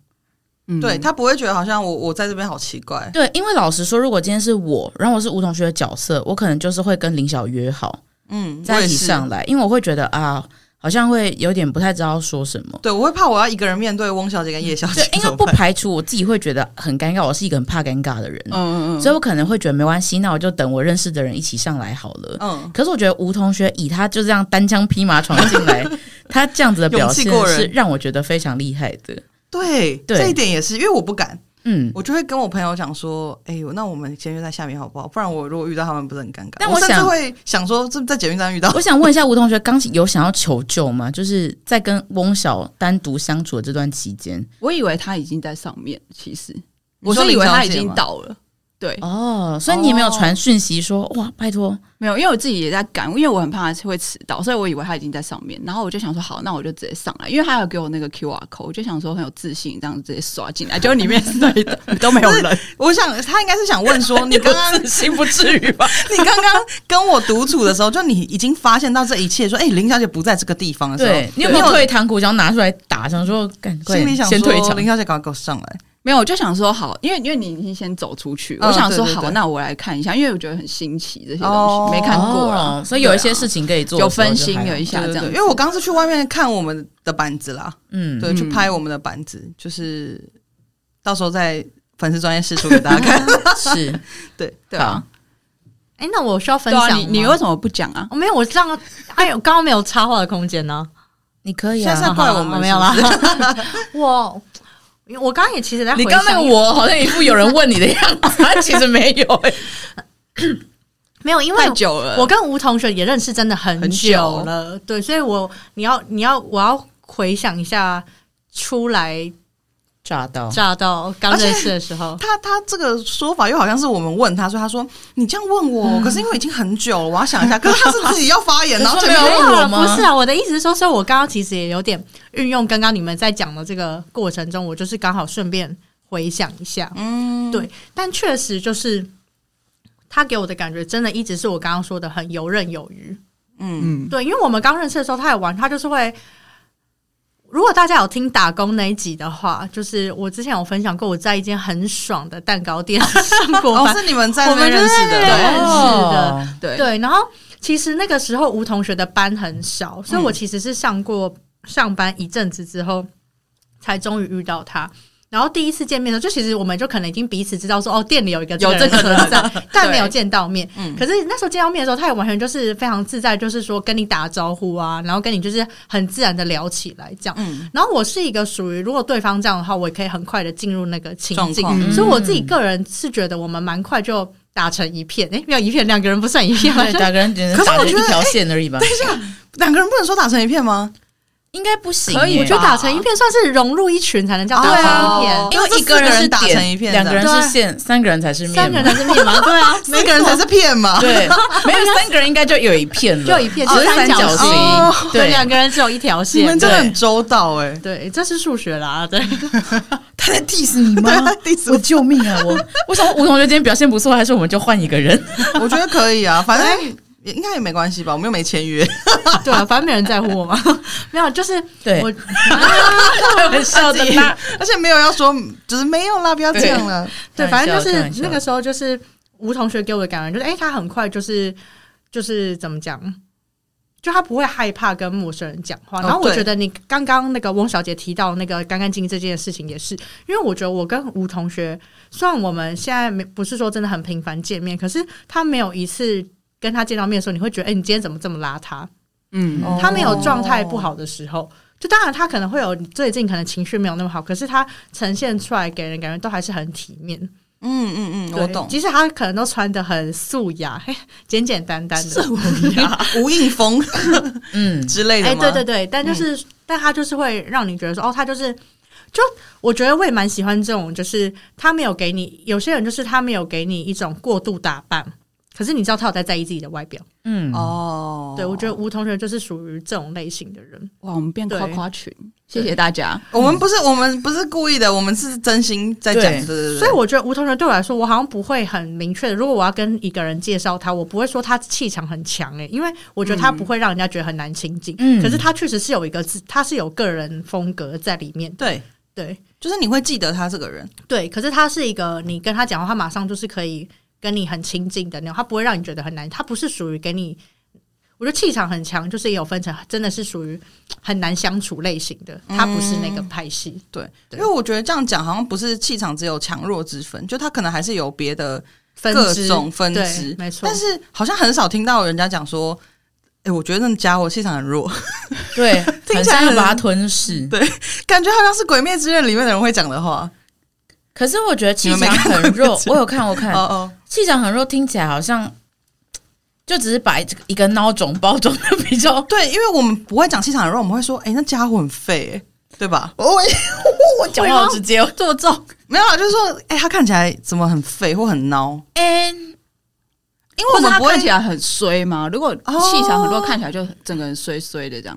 [SPEAKER 4] 嗯
[SPEAKER 1] 对他不会觉得好像我我在这边好奇怪，
[SPEAKER 2] 对，因为老实说，如果今天是我，然后我是吴同学的角色，我可能就是会跟林晓约好
[SPEAKER 1] 嗯，我
[SPEAKER 2] 在一
[SPEAKER 1] 也
[SPEAKER 2] 起
[SPEAKER 1] 是
[SPEAKER 2] 上来，因为我会觉得啊，好像会有点不太知道说什么。
[SPEAKER 1] 对，我会怕我要一个人面对翁小姐跟叶小姐
[SPEAKER 2] 对，，应该
[SPEAKER 1] 怎么
[SPEAKER 2] 不
[SPEAKER 1] 办
[SPEAKER 2] 排除我自己会觉得很尴尬，我是一个很怕尴尬的人，
[SPEAKER 4] 嗯嗯嗯，
[SPEAKER 2] 所以我可能会觉得没关系，那我就等我认识的人一起上来好了。
[SPEAKER 1] 嗯，
[SPEAKER 2] 可是我觉得吴同学以他就这样单枪匹马闯进 来，他这样子的表现
[SPEAKER 1] 勇气过人
[SPEAKER 2] 是让我觉得非常厉害的。
[SPEAKER 1] 对，
[SPEAKER 2] 对
[SPEAKER 1] 这一点也是，因为我不敢，
[SPEAKER 2] 嗯，
[SPEAKER 1] 我就会跟我朋友讲说，哎、呦，那我们先约在下面好不好？不然我如果遇到他们，不是很尴尬。
[SPEAKER 2] 但
[SPEAKER 1] 我
[SPEAKER 2] 我
[SPEAKER 1] 甚至
[SPEAKER 2] 想
[SPEAKER 1] 会想说，是不是在捷运站遇到？
[SPEAKER 2] 我想问一下吴同学，刚有想要求救吗？就是在跟翁晓单独相处的这段期间，
[SPEAKER 4] 我以为他已经在上面，其实
[SPEAKER 1] 你
[SPEAKER 4] 我
[SPEAKER 1] 说
[SPEAKER 4] 是以为
[SPEAKER 1] 林小
[SPEAKER 4] 他已
[SPEAKER 1] 姐
[SPEAKER 4] 经
[SPEAKER 1] 吗
[SPEAKER 4] 到了。对，
[SPEAKER 2] 哦，所以你也没有传讯息说、哇，拜托，
[SPEAKER 1] 哦
[SPEAKER 4] 没有，因为我自己也在赶，因为我很怕会迟到，所以我以为他已经在上面。然后我就想说，好，那我就直接上来，因为他有给我那个 QR code，我就想说很有自信，这样直接刷进来，结果里面是 对的，都没有人。
[SPEAKER 1] 我想他应该是想问说，你刚刚
[SPEAKER 2] 自信不至于吧？
[SPEAKER 1] 你刚刚跟我独处的时候，就你已经发现到这一切，说，哎、林小姐不在这个地方的时候，
[SPEAKER 2] 对你有没有退堂鼓，想要拿出来打，想说赶快
[SPEAKER 1] 心里想
[SPEAKER 2] 先退
[SPEAKER 1] 说，
[SPEAKER 2] 场
[SPEAKER 1] 林？小姐赶快给我上来。
[SPEAKER 4] 没有，我就想说好，因为因为你已经先走出去，
[SPEAKER 1] 嗯
[SPEAKER 4] 我想说
[SPEAKER 1] 对对对
[SPEAKER 4] 好，那我来看一下，因为我觉得很新奇这些东西，
[SPEAKER 1] 哦
[SPEAKER 4] 没看过啦、
[SPEAKER 2] 哦，所以有一
[SPEAKER 4] 对
[SPEAKER 2] 些
[SPEAKER 4] 啊
[SPEAKER 2] 事情可以做
[SPEAKER 4] 有
[SPEAKER 2] 的时候就还好，
[SPEAKER 4] 分心有一下
[SPEAKER 1] 对
[SPEAKER 4] 这
[SPEAKER 1] 对
[SPEAKER 4] 样
[SPEAKER 1] 对，因为我刚是去外面看我们的板子啦，
[SPEAKER 2] 嗯，
[SPEAKER 1] 对，去
[SPEAKER 4] 嗯
[SPEAKER 1] 拍我们的板子，就是到时候在粉丝专业试出给大家 看。
[SPEAKER 2] 是
[SPEAKER 1] 对，
[SPEAKER 4] 对啊，
[SPEAKER 3] 哎、那我需要分
[SPEAKER 4] 对
[SPEAKER 3] 享
[SPEAKER 4] 啊，
[SPEAKER 3] 吗、
[SPEAKER 4] 你你为什么不讲啊？
[SPEAKER 3] 哦、没有，我这样，哎呦，刚刚没有插话的空间呢、
[SPEAKER 2] 你可以
[SPEAKER 1] 现在是
[SPEAKER 2] 啊
[SPEAKER 1] 在。怪我们
[SPEAKER 3] 没有
[SPEAKER 1] 啦
[SPEAKER 3] 啦。 我我刚刚也其实在
[SPEAKER 2] 你
[SPEAKER 3] 回
[SPEAKER 2] 刚那
[SPEAKER 3] 想
[SPEAKER 2] 个我好像一副有人问你的样子，他其实没有、欸。
[SPEAKER 3] 没有，因为
[SPEAKER 4] 太久了，
[SPEAKER 3] 我跟吴同学也认识真的很
[SPEAKER 1] 很久
[SPEAKER 3] 久了，对，所以我你要你要我要回想一下初来
[SPEAKER 2] 炸到
[SPEAKER 3] 乍到刚认识的时候，
[SPEAKER 1] 他他这个说法又好像是我们问他，所以他说你这样问我，可是因为已经很久了，我要想一下。可是嗯他是自己要发 言，
[SPEAKER 2] 可
[SPEAKER 1] 然
[SPEAKER 2] 是
[SPEAKER 1] 后
[SPEAKER 2] 说
[SPEAKER 1] 前面
[SPEAKER 2] 没有
[SPEAKER 1] 又
[SPEAKER 2] 问我
[SPEAKER 3] 了，
[SPEAKER 2] 吗
[SPEAKER 3] 不是啊，我的意思是说，所以我刚刚其实也有点运用刚刚你们在讲的这个过程中，我就是刚好顺便回想一下，
[SPEAKER 1] 嗯，
[SPEAKER 3] 对但确实就是他给我的感觉，真的一直是我刚刚说的很游刃有余。
[SPEAKER 1] 嗯，
[SPEAKER 4] 嗯，
[SPEAKER 3] 对，因为我们刚认识的时候，他也玩，他就是会。如果大家有听打工那一集的话，就是我之前有分享过，我在一间很爽的蛋糕店上 过
[SPEAKER 1] 哦，
[SPEAKER 3] 班，
[SPEAKER 1] 是你们在那边认识
[SPEAKER 3] 我们就在那
[SPEAKER 1] 的
[SPEAKER 3] 边，
[SPEAKER 2] 哦
[SPEAKER 4] 对
[SPEAKER 3] 对，然后其实那个时候吴同学的班很少，所以我其实是上过上班一阵子之后，才终于遇到他。然后第一次见面的时候，就其实我们就可能已经彼此知道说，哦，店里有一个
[SPEAKER 4] 有
[SPEAKER 3] 这
[SPEAKER 4] 这
[SPEAKER 3] 个
[SPEAKER 4] 个
[SPEAKER 3] 人 存在，但
[SPEAKER 4] 对
[SPEAKER 3] 没有见到面。
[SPEAKER 1] 嗯
[SPEAKER 3] 可是那时候见到面的时候，他也完全就是非常自在，就是说跟你打招呼啊，然后跟你就是很自然的聊起来这样。
[SPEAKER 1] 嗯，
[SPEAKER 3] 然后我是一个属于，如果对方这样的话，我也可以很快的进入那个情
[SPEAKER 1] 状
[SPEAKER 3] 境，
[SPEAKER 1] 况
[SPEAKER 2] 嗯
[SPEAKER 3] 所以我自己个人是觉得我们蛮快就打成一片，诶，没有一片，两个人不算一片嘛，
[SPEAKER 2] 对，打个人只能
[SPEAKER 1] 可是
[SPEAKER 2] 打
[SPEAKER 1] 我
[SPEAKER 2] 着一
[SPEAKER 1] 觉得
[SPEAKER 2] 条线而已吧，
[SPEAKER 1] 两个人不能说打成一片吗？
[SPEAKER 2] 应该不行欸。
[SPEAKER 4] 可以
[SPEAKER 3] 我觉得
[SPEAKER 4] 吧
[SPEAKER 3] 打成一片算是融入一群才能叫
[SPEAKER 1] 对
[SPEAKER 3] 打成
[SPEAKER 1] 啊
[SPEAKER 3] 一片，
[SPEAKER 2] 因为
[SPEAKER 1] 这
[SPEAKER 2] 一个
[SPEAKER 1] 四
[SPEAKER 2] 人
[SPEAKER 1] 个
[SPEAKER 2] 是
[SPEAKER 1] 人打
[SPEAKER 2] 点
[SPEAKER 1] 成一片
[SPEAKER 2] 两个人
[SPEAKER 3] 的
[SPEAKER 2] 是线，三个人才是面嘛。
[SPEAKER 3] 三个人才是 面嘛，对啊，
[SPEAKER 1] 四个人才是片嘛？
[SPEAKER 2] 对，没有三个人应该就有一片了，
[SPEAKER 3] 就一片，
[SPEAKER 2] 只是
[SPEAKER 3] 就
[SPEAKER 2] 啊三角
[SPEAKER 3] 哦形
[SPEAKER 2] 形，
[SPEAKER 1] 哦，
[SPEAKER 3] 对，
[SPEAKER 2] 对，
[SPEAKER 3] 两个人只有一条
[SPEAKER 1] 你
[SPEAKER 3] 线
[SPEAKER 1] 们，真的很
[SPEAKER 2] 对
[SPEAKER 1] 周到哎，
[SPEAKER 3] 对，这是数学啦，对，
[SPEAKER 2] 他在 diss 你
[SPEAKER 1] 对
[SPEAKER 2] 吗
[SPEAKER 1] 他？diss 我
[SPEAKER 2] 我救命啊！我 我想吴同学今天表现不错，还是我们就换一个人？
[SPEAKER 1] 我觉得可以 啊，反正也应该也没关系吧，我们又没签 约。
[SPEAKER 3] 对啊，反正没人在乎我嘛， 没有，就是
[SPEAKER 2] 对，
[SPEAKER 3] 我
[SPEAKER 2] 开玩笑的啦。
[SPEAKER 1] 而且没有要说，就是没有啦，不要这样了。
[SPEAKER 3] 对，
[SPEAKER 2] 开玩
[SPEAKER 3] 反
[SPEAKER 2] 笑
[SPEAKER 3] 正就
[SPEAKER 2] 开
[SPEAKER 3] 是
[SPEAKER 2] 玩笑
[SPEAKER 3] 那个时候，就是吴同学给我的感觉就是，哎、他很快就是就是怎么讲，就他不会害怕跟陌生人讲话。
[SPEAKER 1] 哦
[SPEAKER 3] 然后我
[SPEAKER 1] 对
[SPEAKER 3] 觉得你刚刚那个翁小姐提到那个干干净净这件事情，也是因为我觉得我跟吴同学，虽然我们现在没不是说真的很频繁见面，可是他没有一次。跟他见到面的时候，你会觉得，哎、你今天怎么这么邋遢？
[SPEAKER 4] 嗯，
[SPEAKER 1] 哦
[SPEAKER 3] 他没有状态不好的时候，就当然他可能会有最近可能情绪没有那么好，可是他呈现出来给人感觉都还是很体面。
[SPEAKER 1] 嗯嗯嗯，
[SPEAKER 3] 对
[SPEAKER 1] 我懂，
[SPEAKER 3] 即使他可能都穿的很素雅， 嘿简简单单的。
[SPEAKER 1] 无印风
[SPEAKER 2] 嗯，
[SPEAKER 1] 之类
[SPEAKER 3] 哎、
[SPEAKER 1] 的吗？
[SPEAKER 3] 对对对，但就是，但他就是会让你觉得说，哦，他就是，就我觉得我也蛮喜欢这种，就是他没有给你，有些人就是他没有给你一种过度打扮，可是你知道他有在在意自己的外表。
[SPEAKER 2] 嗯，
[SPEAKER 1] 哦，
[SPEAKER 3] 对我觉得吴同学就是属于这种类型的人。
[SPEAKER 4] 哇，我们变
[SPEAKER 3] 对
[SPEAKER 4] 夸夸群，谢谢大家。
[SPEAKER 1] 我们不是我们不是故意的，我们是真心在讲
[SPEAKER 2] 对
[SPEAKER 1] 的，对对
[SPEAKER 3] 所以
[SPEAKER 1] 对
[SPEAKER 3] 我觉得吴同学对我来说，我好像不会很明确的。如果我要跟一个人介绍他，我不会说他气场很强诶、因为我觉得他
[SPEAKER 1] 嗯
[SPEAKER 3] 不会让人家觉得很难亲近。
[SPEAKER 2] 嗯
[SPEAKER 3] 可是他确实是有一个自，他是有个人风格在里面。
[SPEAKER 1] 对，
[SPEAKER 3] 对
[SPEAKER 1] 就是你会记得他这个人，
[SPEAKER 3] 对，可是他是一个你跟他讲话，他马上就是可以跟你很亲近的那种，他不会让你觉得很难。他不是属于给你，我觉得气场很强，就是也有分成，真的是属于很难相处类型的。他不是那个派系。
[SPEAKER 1] 嗯对，
[SPEAKER 3] 对
[SPEAKER 1] 因为我觉得这样讲好像不是气场只有强弱之分，就他可能还是有别的
[SPEAKER 3] 分
[SPEAKER 1] 各
[SPEAKER 3] 支
[SPEAKER 1] 种分
[SPEAKER 3] 对
[SPEAKER 1] 支
[SPEAKER 3] 没错
[SPEAKER 1] 但。是好像很少听到人家讲说，哎、我觉得那家伙气场很弱，
[SPEAKER 2] 对，
[SPEAKER 1] 听
[SPEAKER 2] 很
[SPEAKER 1] 起来
[SPEAKER 2] 像要把它
[SPEAKER 1] 很
[SPEAKER 2] 吞噬。
[SPEAKER 1] 感觉好像是《鬼灭之刃》里面的人会讲的话。
[SPEAKER 2] 可是我觉得气
[SPEAKER 1] 你们
[SPEAKER 2] 场
[SPEAKER 1] 没看过
[SPEAKER 2] 很弱，
[SPEAKER 1] 这
[SPEAKER 2] 我有看，我看
[SPEAKER 1] 哦哦，
[SPEAKER 2] 气场很弱，听起来好像就只是把一一个孬种包装的 比较
[SPEAKER 1] 对，因为我们不会讲气场很弱，我们会说，哎、那家伙很废、欸，对吧？
[SPEAKER 2] 我我讲话好直
[SPEAKER 1] 哦
[SPEAKER 2] 接，这么 重。
[SPEAKER 1] 没有啦，就是说，哎、他看起来怎么很废或很孬？
[SPEAKER 2] 哎、
[SPEAKER 1] 因为
[SPEAKER 4] 或
[SPEAKER 1] 我
[SPEAKER 4] 者
[SPEAKER 1] 们
[SPEAKER 4] 他
[SPEAKER 1] 不会
[SPEAKER 4] 看起来很衰嘛？如果
[SPEAKER 1] 哦
[SPEAKER 4] 气场很弱，看起来就整个人衰衰的这样。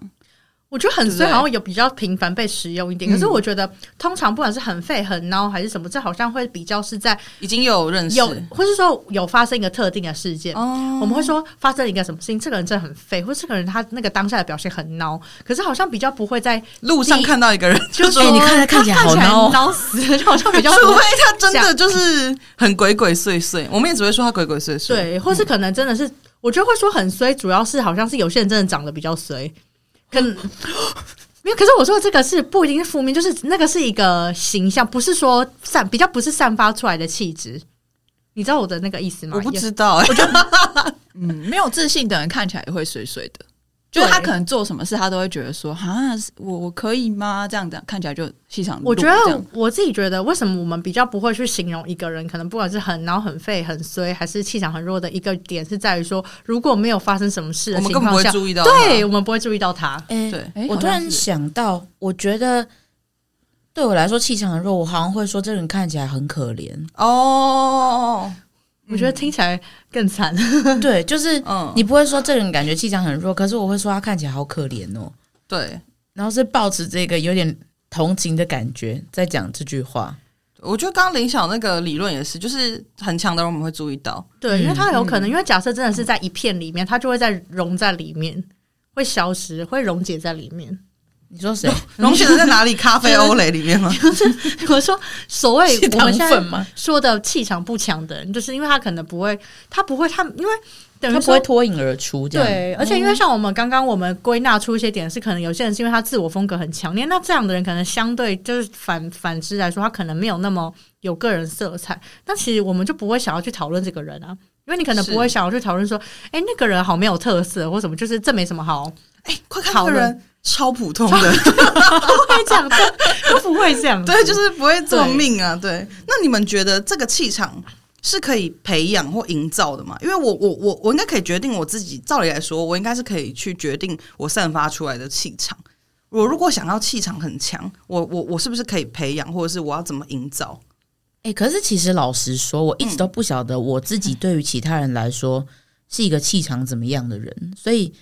[SPEAKER 3] 我觉得很
[SPEAKER 4] 对
[SPEAKER 3] 衰，
[SPEAKER 4] 不对
[SPEAKER 3] 好像有比较频繁被使用一点。
[SPEAKER 4] 嗯
[SPEAKER 3] 可是我觉得，通常不管是很废、很孬还是什么，这好像会比较是在
[SPEAKER 1] 已经有认识
[SPEAKER 3] 有，或是说有发生一个特定的事件。
[SPEAKER 1] 哦
[SPEAKER 3] 我们会说发生了一个什么事情，这个人真的很废，或者这个人他那个当下的表现很孬，可是好像比较不会在
[SPEAKER 1] 路上看到一个人，
[SPEAKER 3] 就
[SPEAKER 1] 说
[SPEAKER 3] 是
[SPEAKER 2] 哎你看他看
[SPEAKER 3] 看
[SPEAKER 2] 起来好
[SPEAKER 3] 看起来
[SPEAKER 2] 孬哦
[SPEAKER 3] 孬死了，就好像比较
[SPEAKER 1] 除
[SPEAKER 3] 不
[SPEAKER 1] 非
[SPEAKER 3] 会
[SPEAKER 1] 他真的就是很鬼鬼祟祟，我们也只会说他鬼鬼祟祟。
[SPEAKER 3] 对，或是可能真的是，我觉得会说很衰，主要是好像是有些人真的长得比较衰，可 能没有。可是我说的这个是不一定是负面，就是那个是一个形象，不是说散比较不是散发出来的气质。你知道我的那个意思吗？
[SPEAKER 1] 我不知道、哎，
[SPEAKER 4] 嗯，没有自信的人看起来也会衰衰的，就是
[SPEAKER 3] 对
[SPEAKER 4] 他可能做什么事，他都会觉得说啊，我我可以吗？这样子看起来就气场弱
[SPEAKER 3] 我觉
[SPEAKER 4] 这样。
[SPEAKER 3] 得我自己觉得，为什么我们比较不会去形容一个人，可能不管是很孬、很废、很衰，还是气场很弱的一个点，是在于说，如果没有发生什么事
[SPEAKER 1] 哎我
[SPEAKER 3] 的
[SPEAKER 1] 们
[SPEAKER 3] 情
[SPEAKER 1] 根本不
[SPEAKER 3] 况
[SPEAKER 1] 会
[SPEAKER 3] 下，
[SPEAKER 1] 注意到他。
[SPEAKER 3] 对我们不会注意到他。
[SPEAKER 2] 哎
[SPEAKER 1] 对，
[SPEAKER 4] 哎
[SPEAKER 2] 我突
[SPEAKER 4] 好像
[SPEAKER 2] 然
[SPEAKER 4] 是
[SPEAKER 2] 想到，我觉得对我来说气场很弱，我好像会说这个人看起来很可怜。
[SPEAKER 1] 哦，
[SPEAKER 3] 我觉得听起来更惨。
[SPEAKER 2] 对，就是
[SPEAKER 1] 嗯，
[SPEAKER 2] 你不会说这个人感觉气场很弱，可是我会说他看起来好可怜哦，
[SPEAKER 1] 对，
[SPEAKER 2] 然后是抱持这个有点同情的感觉在讲这句话。
[SPEAKER 1] 我觉得刚刚林晓那个理论也是，就是很强的人我们会注意到，
[SPEAKER 3] 对，因为
[SPEAKER 2] 嗯
[SPEAKER 3] 它有可能，因为假设真的是在一片里面，它就会在融在里面，会消失，会溶解在里面。
[SPEAKER 2] 你说谁？
[SPEAKER 1] 溶血的在哪里？咖 啡欧蕾里面吗？
[SPEAKER 3] 我说，所谓
[SPEAKER 2] 是
[SPEAKER 3] 我们
[SPEAKER 2] 糖
[SPEAKER 3] 现
[SPEAKER 2] 粉
[SPEAKER 3] 在
[SPEAKER 2] 吗？
[SPEAKER 3] 说的气场不强的人，就是因为他可能不会，他不会，他因为等
[SPEAKER 2] 他
[SPEAKER 3] 于
[SPEAKER 2] 不会
[SPEAKER 3] 说。
[SPEAKER 2] 脱颖而出这样。
[SPEAKER 3] 对，而且因为像我们刚刚我们归纳出一些点，是可能有些人是因为他自我风格很强烈，那这样的人可能相对就是反反之来说，他可能没有那么有个人色彩。那其实我们就不会想要去讨论这个人啊，因为你可能
[SPEAKER 1] 是
[SPEAKER 3] 不会想要去讨论说，哎、那个人好没有特色或什么，就是这没什么好
[SPEAKER 1] 哎、快看那个
[SPEAKER 3] 好
[SPEAKER 1] 人超普通的，
[SPEAKER 3] 不会这样，都都不会这样。
[SPEAKER 1] 对，就是不会做
[SPEAKER 3] 对
[SPEAKER 1] 命啊。嗯对，那你们觉得这个气场是可以培养或营造的吗？因为我我我我应该可以决定我自己，照理来说，我应该是可以去决定我散发出来的气场。我如果想要气场很强，我我我是不是可以培养，或者是我要怎么营造？
[SPEAKER 2] 哎、可是其实老实说，我一直都不晓得我自己对于其他人来说是一个气场怎么样的人，所以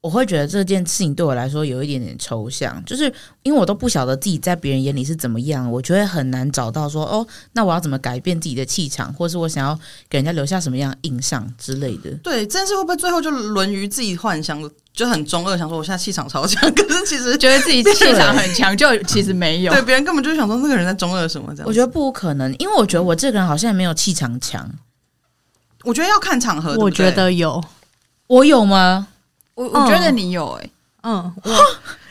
[SPEAKER 2] 我会觉得这件事情对我来说有一点点抽象，就是因为我都不晓得自己在别人眼里是怎么样，我觉得很难找到说哦，那我要怎么改变自己的气场，或是我想要给人家留下什么样的印象之类的。
[SPEAKER 1] 对，这件事会不会最后就沦于自己幻想，就很中二，想说我现在气场超强，可是其实
[SPEAKER 4] 觉得自己气场很强，就其实没有
[SPEAKER 1] 对。别人根本就想说那个人在中二什么这样。
[SPEAKER 2] 我觉得不可能，因为我觉得我这个人好像也没有气场强，
[SPEAKER 1] 我觉得要看场合，
[SPEAKER 3] 我
[SPEAKER 1] 对不对
[SPEAKER 3] 觉得有，
[SPEAKER 2] 我有吗？
[SPEAKER 4] 我我觉得你有哎、
[SPEAKER 3] 嗯，我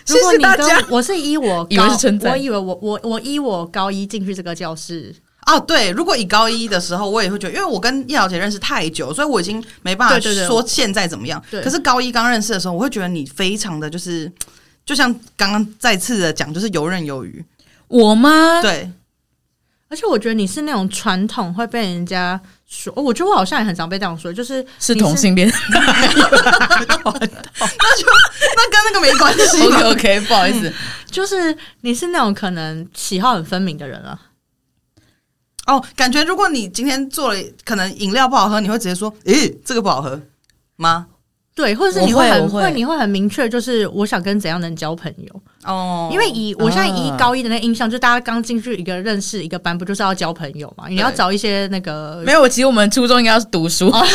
[SPEAKER 1] 谢
[SPEAKER 3] 如果
[SPEAKER 1] 谢
[SPEAKER 3] 你
[SPEAKER 1] 大
[SPEAKER 3] 跟
[SPEAKER 1] 家
[SPEAKER 3] 我是以我
[SPEAKER 2] 以为
[SPEAKER 3] 高
[SPEAKER 2] 是称赞
[SPEAKER 3] 我以为我我我以我高一进去这个教室，
[SPEAKER 1] 啊，对，如果以高一的时候，我也会觉得，因为我跟叶小姐认识太久，所以我已经没办法
[SPEAKER 3] 对对对
[SPEAKER 1] 说现在怎么样。
[SPEAKER 3] 对
[SPEAKER 1] 可是高一刚认识的时候，我会觉得你非常的就是，就像刚刚再次的讲，就是游刃有余。
[SPEAKER 2] 我
[SPEAKER 3] 嗯
[SPEAKER 2] 吗？
[SPEAKER 1] 对，
[SPEAKER 3] 而且我觉得你是那种传统会被人家说，哦我觉得我好像也很常被这样说，就是
[SPEAKER 2] 是
[SPEAKER 3] 你是
[SPEAKER 2] 同性恋。
[SPEAKER 1] 那跟那个没关系
[SPEAKER 2] OK
[SPEAKER 1] 嘛。
[SPEAKER 2] OK，不好意思，
[SPEAKER 3] 就是你是那种可能喜好很分明的人啊了。
[SPEAKER 1] 哦，感觉如果你今天做了，可能饮料不好喝，你会直接说，诶、这个不好喝吗？
[SPEAKER 3] 对，或者是
[SPEAKER 2] 我
[SPEAKER 3] 你
[SPEAKER 2] 会我
[SPEAKER 3] 很
[SPEAKER 2] 会
[SPEAKER 3] 会，你会很明确，就是我想跟怎样的人交朋友。
[SPEAKER 1] 哦，
[SPEAKER 3] 因为以我现在以
[SPEAKER 2] 啊
[SPEAKER 3] 高一的那个印象，就大家刚进去一个认识一个班，不就是要交朋友嘛？你要
[SPEAKER 1] 对
[SPEAKER 3] 找一些那个
[SPEAKER 2] 没有，其实我们初中应该要读书，
[SPEAKER 1] 哦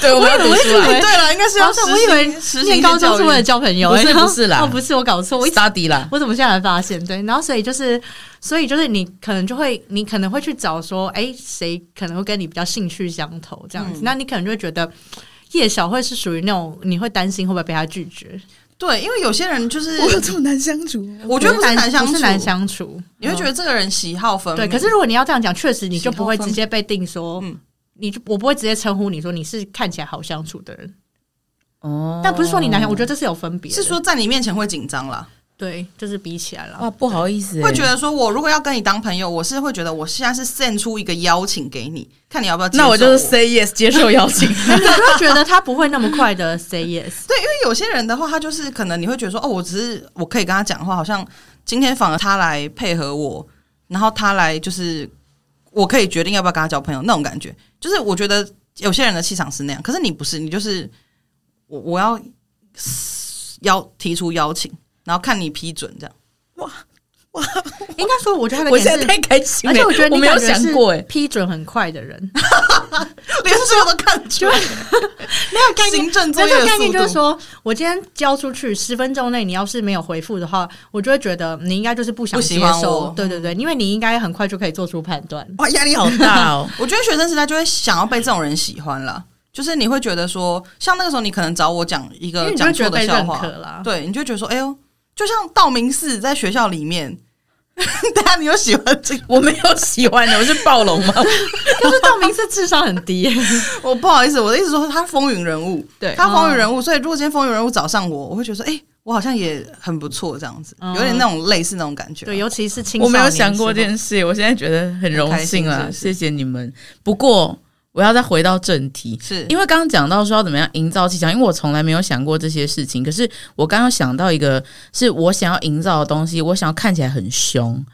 [SPEAKER 2] 对，我们要读书
[SPEAKER 1] 哎
[SPEAKER 2] 啊，
[SPEAKER 1] 对了，应该是要
[SPEAKER 3] 哦
[SPEAKER 1] 实行、
[SPEAKER 3] 我以为
[SPEAKER 1] 实行
[SPEAKER 3] 念
[SPEAKER 1] 一些
[SPEAKER 3] 高中是
[SPEAKER 1] 教育
[SPEAKER 3] 为了交朋友，
[SPEAKER 2] 不是
[SPEAKER 3] 欸然后
[SPEAKER 2] 不是啦
[SPEAKER 3] 哦，不是我搞错，我一直
[SPEAKER 2] 杀敌啦。
[SPEAKER 3] 我怎么现在才发现？对，然后所以就是，所以就是你可能就会，你可能会去找说，哎，谁可能会跟你比较兴趣相投这样子，
[SPEAKER 1] 嗯
[SPEAKER 3] 那你可能就会觉得。叶小慧是属于那种你会担心会不会被他拒绝，
[SPEAKER 1] 对，因为有些人就是，
[SPEAKER 2] 这么难相处？
[SPEAKER 1] 我觉得不是难相
[SPEAKER 3] 不
[SPEAKER 1] 处，
[SPEAKER 3] 是难相处，
[SPEAKER 1] 你会觉
[SPEAKER 4] 嗯
[SPEAKER 1] 得这个人喜好分
[SPEAKER 3] 对。
[SPEAKER 1] 明。
[SPEAKER 3] 可是如果你要这样讲，确实你就不会
[SPEAKER 1] 喜好分
[SPEAKER 3] 直接被定说，
[SPEAKER 1] 嗯
[SPEAKER 3] 你就我不会直接称呼你说你是看起来好相处的人，
[SPEAKER 2] 哦
[SPEAKER 3] 但不是说你难相，我觉得这是有分别的，
[SPEAKER 1] 是说在你面前会紧张啦。
[SPEAKER 3] 对，就是比起来了。
[SPEAKER 1] 哦
[SPEAKER 2] 哇，不好意思、欸，
[SPEAKER 1] 会觉得说我如果要跟你当朋友，我是会觉得我现在是 send 出一个邀请给你，看你要不要接受。
[SPEAKER 2] 那我就是 say yes 接受邀 请。
[SPEAKER 3] 你会觉得他不会那么快的 say yes，
[SPEAKER 1] 对，因为有些人的话，他就是可能你会觉得说，哦，我只是我可以跟他讲话，好像今天反而他来配合我，然后他来就是我可以决定要不要跟他交朋友那种感觉。就是我觉得有些人的气场是那样，可是你不是，你就是我我要邀提出邀请，然后看你批准这样。
[SPEAKER 3] 应该说，我觉得他的
[SPEAKER 2] 我
[SPEAKER 3] 点
[SPEAKER 2] 现在
[SPEAKER 3] 是
[SPEAKER 2] 太，开心
[SPEAKER 3] 而
[SPEAKER 2] 了，
[SPEAKER 3] 且我觉得
[SPEAKER 2] 我
[SPEAKER 3] 你
[SPEAKER 2] 没有
[SPEAKER 3] 感觉
[SPEAKER 2] 想
[SPEAKER 3] 是
[SPEAKER 2] 过哎、
[SPEAKER 3] 批准很快的 人，
[SPEAKER 1] 连这个都看出来，没有
[SPEAKER 3] 概念
[SPEAKER 1] 行政作
[SPEAKER 3] 这
[SPEAKER 1] 业的
[SPEAKER 3] 个概念
[SPEAKER 1] 速
[SPEAKER 3] 就是
[SPEAKER 1] 度，
[SPEAKER 3] 说，我今天交出去十分钟内，你要是没有回复的话，我就会觉得你应该就是不想
[SPEAKER 1] 不喜
[SPEAKER 3] 接
[SPEAKER 1] 欢
[SPEAKER 3] 受
[SPEAKER 1] 我。
[SPEAKER 3] 对对对，因为你应该很快就可以做出判断。
[SPEAKER 2] 哇，压力好大哦。
[SPEAKER 1] 我觉得学生时代就会想要被这种人喜欢了，就是你会觉得说，像那个时候你可能找我讲一
[SPEAKER 3] 因
[SPEAKER 1] 个
[SPEAKER 3] 为你就
[SPEAKER 1] 讲
[SPEAKER 3] 觉
[SPEAKER 1] 错的
[SPEAKER 3] 得被
[SPEAKER 1] 笑
[SPEAKER 3] 认
[SPEAKER 1] 话
[SPEAKER 3] 可，啊啦。
[SPEAKER 1] 对，你就觉得说，哎呦，就像道明寺在学校里面， 大家你有喜欢这个？
[SPEAKER 2] 我没有喜欢的，我是暴龙 吗？
[SPEAKER 3] 可是道明寺智商很低耶、
[SPEAKER 1] 我哦不好意思，我的意思说他风云人物，
[SPEAKER 4] 对
[SPEAKER 1] 他风云人物，所以如果今天风云人物找上我，我会觉得说，哎、我好像也很不错，这样子，
[SPEAKER 3] 嗯
[SPEAKER 1] 有点那种类似那种感觉。啊
[SPEAKER 3] 对，尤其是青少
[SPEAKER 2] 我
[SPEAKER 3] 年
[SPEAKER 2] 没有想过这
[SPEAKER 3] 时候
[SPEAKER 2] 件事，我现在觉得很荣幸
[SPEAKER 1] 很
[SPEAKER 2] 啦，
[SPEAKER 1] 开心是
[SPEAKER 2] 谢谢你们。不过我要再回到正题，
[SPEAKER 1] 是
[SPEAKER 2] 因为刚刚讲到说要怎么样营造气场，因为我从来没有想过这些事情。可是我刚刚想到一个，是我想要营造的东西，我想要看起来很凶，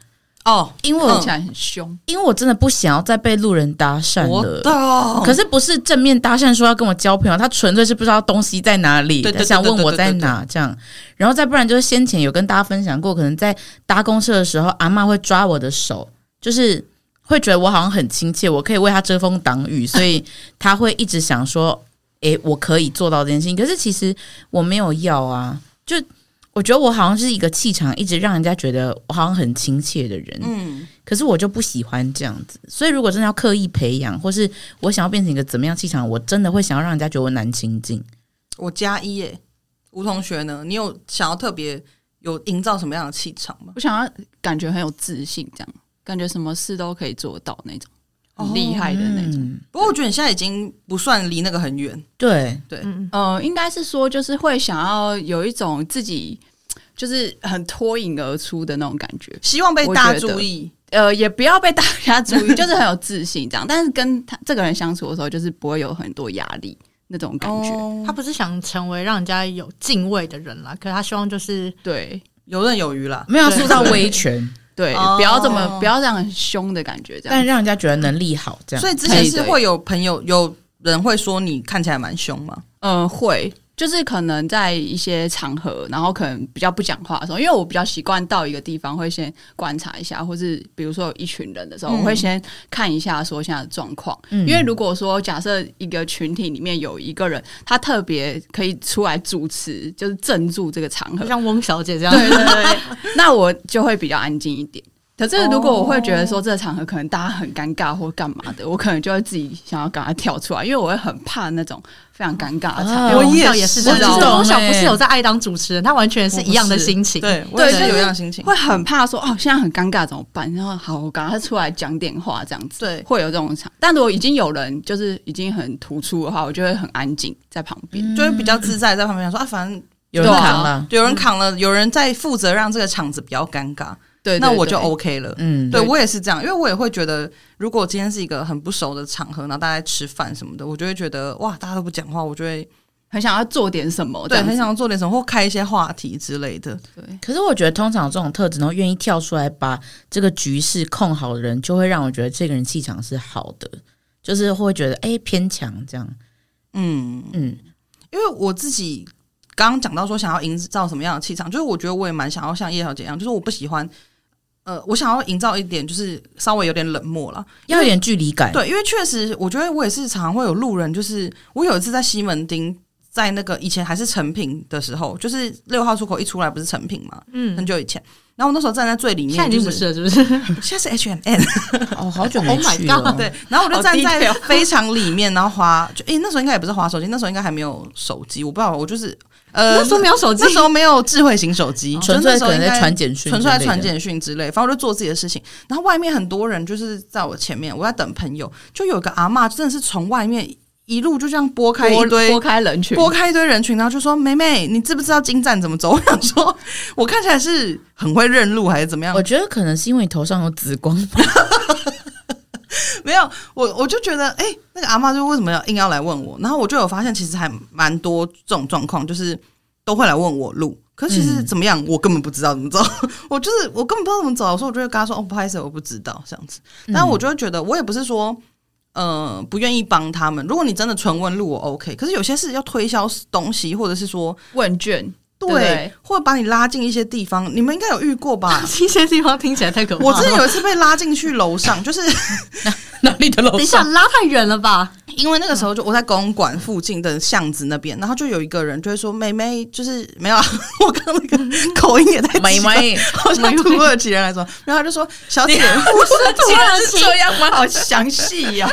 [SPEAKER 1] 哦，
[SPEAKER 2] 因为我、
[SPEAKER 4] 看起来很凶，
[SPEAKER 2] 因为我真的不想要再被路人搭讪
[SPEAKER 1] 我
[SPEAKER 2] 了。
[SPEAKER 1] 懂。
[SPEAKER 2] 可是不是正面搭讪说要跟我交朋友，他纯粹是不知道东西在哪里，
[SPEAKER 1] 对对对
[SPEAKER 2] 想问我在
[SPEAKER 1] 对对对
[SPEAKER 2] 哪这样。然后再不然就是先前有跟大家分享过，可能在搭公车的时候，阿嬷会抓我的手，就是会觉得我好像很亲切，我可以为她遮风挡雨，所以她会一直想说，诶，我可以做到这件事情。可是其实我没有要啊，就我觉得我好像是一个气场一直让人家觉得我好像很亲切的人，
[SPEAKER 1] 嗯，
[SPEAKER 2] 可是我就不喜欢这样子，所以如果真的要刻意培养，或是我想要变成一个怎么样气场，我真的会想要让人家觉得我难亲近。
[SPEAKER 1] 我加一耶。吴同学呢？你有想要特别有营造什么样的气场吗？
[SPEAKER 4] 我想要感觉很有自信，这样感觉什么事都可以做到那种，
[SPEAKER 1] 哦
[SPEAKER 4] 很厉害的那种。
[SPEAKER 2] 嗯，
[SPEAKER 1] 不过我觉得你现在已经不算离那个很远，
[SPEAKER 2] 对，
[SPEAKER 3] 嗯，
[SPEAKER 4] 呃，应该是说就是会想要有一种自己就是很脱颖而出的那种感觉，
[SPEAKER 1] 希望被大家注意。
[SPEAKER 4] 呃，也不要被大家注意，就是很有自信这样。但是跟他这个人相处的时候，就是不会有很多压力那种感觉。
[SPEAKER 1] 哦
[SPEAKER 3] 他不是想成为让人家有敬畏的人啦，可是他希望就是
[SPEAKER 4] 对
[SPEAKER 1] 游刃有余啦。
[SPEAKER 2] 没有
[SPEAKER 3] 对
[SPEAKER 2] 塑造 威权，
[SPEAKER 4] 对，
[SPEAKER 1] 哦
[SPEAKER 4] 不要这么不要这样很凶的感觉，这
[SPEAKER 2] 但
[SPEAKER 4] 样。
[SPEAKER 2] 让人家觉得能力好这样。
[SPEAKER 1] 所以之前是
[SPEAKER 4] 可以的
[SPEAKER 1] 会有朋友有人会说你看起来蛮凶吗？
[SPEAKER 4] 呃，会。就是可能在一些场合，然后可能比较不讲话的时候，因为我比较习惯到一个地方会先观察一下，或是比如说有一群人的时候，
[SPEAKER 1] 嗯
[SPEAKER 4] 我会先看一下说现在的状况。
[SPEAKER 2] 嗯
[SPEAKER 4] 因为如果说假设一个群体里面有一个人，他特别可以出来主持，就是镇住这个场合
[SPEAKER 3] 就，像翁小姐这样，
[SPEAKER 4] 对对 对，那我就会比较安静一点。可是如果我会觉得
[SPEAKER 1] 哦
[SPEAKER 4] 说这个场合可能大家很尴尬或干嘛的，我可能就会自己想要赶快跳出来，因为我会很怕那种非常尴尬的场
[SPEAKER 2] 啊
[SPEAKER 4] 合。
[SPEAKER 3] 因为哎翁小
[SPEAKER 1] 我也
[SPEAKER 3] 也
[SPEAKER 1] 是
[SPEAKER 3] 是这
[SPEAKER 4] 我
[SPEAKER 3] 样，
[SPEAKER 4] 知
[SPEAKER 3] 就是
[SPEAKER 2] 道
[SPEAKER 3] 翁小
[SPEAKER 2] 欸
[SPEAKER 3] 不是有在爱当主持人，他完全是一样的心情。
[SPEAKER 1] 对，我
[SPEAKER 4] 对
[SPEAKER 1] 也是
[SPEAKER 4] 就是
[SPEAKER 1] 有一样的心情。
[SPEAKER 4] 会很怕说哦，现在很尴尬怎么办？然后好，我赶快出来讲点话这样子，
[SPEAKER 1] 对
[SPEAKER 4] 会有这种场。但如果已经有人就是已经很突出的话，我就会很安静在旁边。
[SPEAKER 1] 就会比较自在，在旁边想说啊，反正
[SPEAKER 2] 有人
[SPEAKER 4] 对啊
[SPEAKER 2] 扛了，
[SPEAKER 1] 有人扛了，有人在负责让这个场子比较尴尬，
[SPEAKER 4] 对，对
[SPEAKER 1] 那我
[SPEAKER 4] 对
[SPEAKER 1] 就哦 OK 了。
[SPEAKER 2] 嗯，
[SPEAKER 1] 对
[SPEAKER 4] 对
[SPEAKER 1] 我也是这样，因为我也会觉得，如果今天是一个很不熟的场合，然后大家在吃饭什么的，我就会觉得哇，大家都不讲话，我就会
[SPEAKER 4] 很想要做点什么，
[SPEAKER 1] 对
[SPEAKER 4] 这样子
[SPEAKER 1] 很想要做点什么或开一些话题之类的。
[SPEAKER 4] 对。
[SPEAKER 2] 可是我觉得，通常有这种特质，然后愿意跳出来把这个局势控好的人，就会让我觉得这个人气场是好的，就是会觉得哎、偏强这样。
[SPEAKER 1] 嗯，
[SPEAKER 2] 嗯，
[SPEAKER 1] 因为我自己刚刚讲到说想要营造什么样的气场，就是我觉得我也蛮想要像叶小姐一样，就是我不喜欢，呃，我想要营造一点就是稍微有点冷漠啦。
[SPEAKER 2] 要有点距离
[SPEAKER 3] 哎
[SPEAKER 2] 感。
[SPEAKER 1] 对，因为确实我觉得我也是常常会有路人，就是我有一次在西门町。在那个以前还是成品的时候，就是六号出口一出来不是成品嘛，
[SPEAKER 3] 嗯
[SPEAKER 1] 很，久以前。然后我那时候站在最里
[SPEAKER 3] 现在
[SPEAKER 1] 面，
[SPEAKER 3] 已
[SPEAKER 1] 就
[SPEAKER 3] 经不
[SPEAKER 1] 是
[SPEAKER 3] 是了，是不是？
[SPEAKER 1] 现在是 H and M，
[SPEAKER 2] 哦，好久没
[SPEAKER 3] Oh my
[SPEAKER 2] 去了。
[SPEAKER 3] God
[SPEAKER 1] 对，然后我就
[SPEAKER 4] 好
[SPEAKER 1] 站在
[SPEAKER 4] detail
[SPEAKER 1] 非常里面，然后滑，就诶、那时候应该也不是滑手机，那时候应该还没有手机，我不知道，我就是呃，
[SPEAKER 3] 那时候没有手机？
[SPEAKER 1] 那，时候没有智慧型手机，
[SPEAKER 2] 纯
[SPEAKER 1] 哦就那
[SPEAKER 2] 粹
[SPEAKER 1] 时候
[SPEAKER 2] 可能
[SPEAKER 1] 应
[SPEAKER 2] 在
[SPEAKER 1] 该
[SPEAKER 2] 传简讯之类的，
[SPEAKER 1] 纯粹在传简讯之类，反正我就做自己的事情。然后外面很多人就是在我前面，我在等朋友，就有一个阿嬷真的是从外面一路就这样拨开一
[SPEAKER 4] 拨
[SPEAKER 1] 堆
[SPEAKER 4] 拨开人群，
[SPEAKER 1] 拨开一堆人群，然后就说：“妹妹，你知不知道金站怎么走？” 我想说，我看起来是很会认路还是怎么样
[SPEAKER 2] 我？觉得可能是因为你头上有紫光 吧，
[SPEAKER 1] 没有，我我就觉得，哎、那个阿妈就为什么要硬要来问我？然后我就有发现，其实还蛮多这种状况，就是都会来问我路。可是其实
[SPEAKER 2] 嗯
[SPEAKER 1] 怎么样，我根本不知道怎么走， 我就是我根本不知道怎么走。我说我就会跟他说：“哦，不好意思，我不知道。”这样子，但我就会觉得，我也不是说。呃，不愿意帮他们。如果你真的纯问路，我 OK。可是有些是要推销东西，或者是说
[SPEAKER 4] 问卷，
[SPEAKER 1] 对，
[SPEAKER 4] 对不对
[SPEAKER 1] 或者把你拉进一些地方，你们应该有遇过吧
[SPEAKER 3] 这些地方听起来太可怕了。
[SPEAKER 1] 我之前有一次被拉进去楼上，就是
[SPEAKER 2] 哪里的楼
[SPEAKER 3] 等一下
[SPEAKER 2] 上？
[SPEAKER 3] 拉太远了吧？
[SPEAKER 1] 因为那
[SPEAKER 2] 嗯
[SPEAKER 1] 个时候就我在公馆附近的巷子那边，然后就有一个人就会说：“妹妹，就是没有、啊， 我刚那个口音也太奇怪
[SPEAKER 2] 妹，妹，
[SPEAKER 1] 好像土耳其人来说。”啊然后他就说：“小姐，
[SPEAKER 2] 竟
[SPEAKER 1] 啊
[SPEAKER 2] 然是这样吗？
[SPEAKER 4] 好详细哦。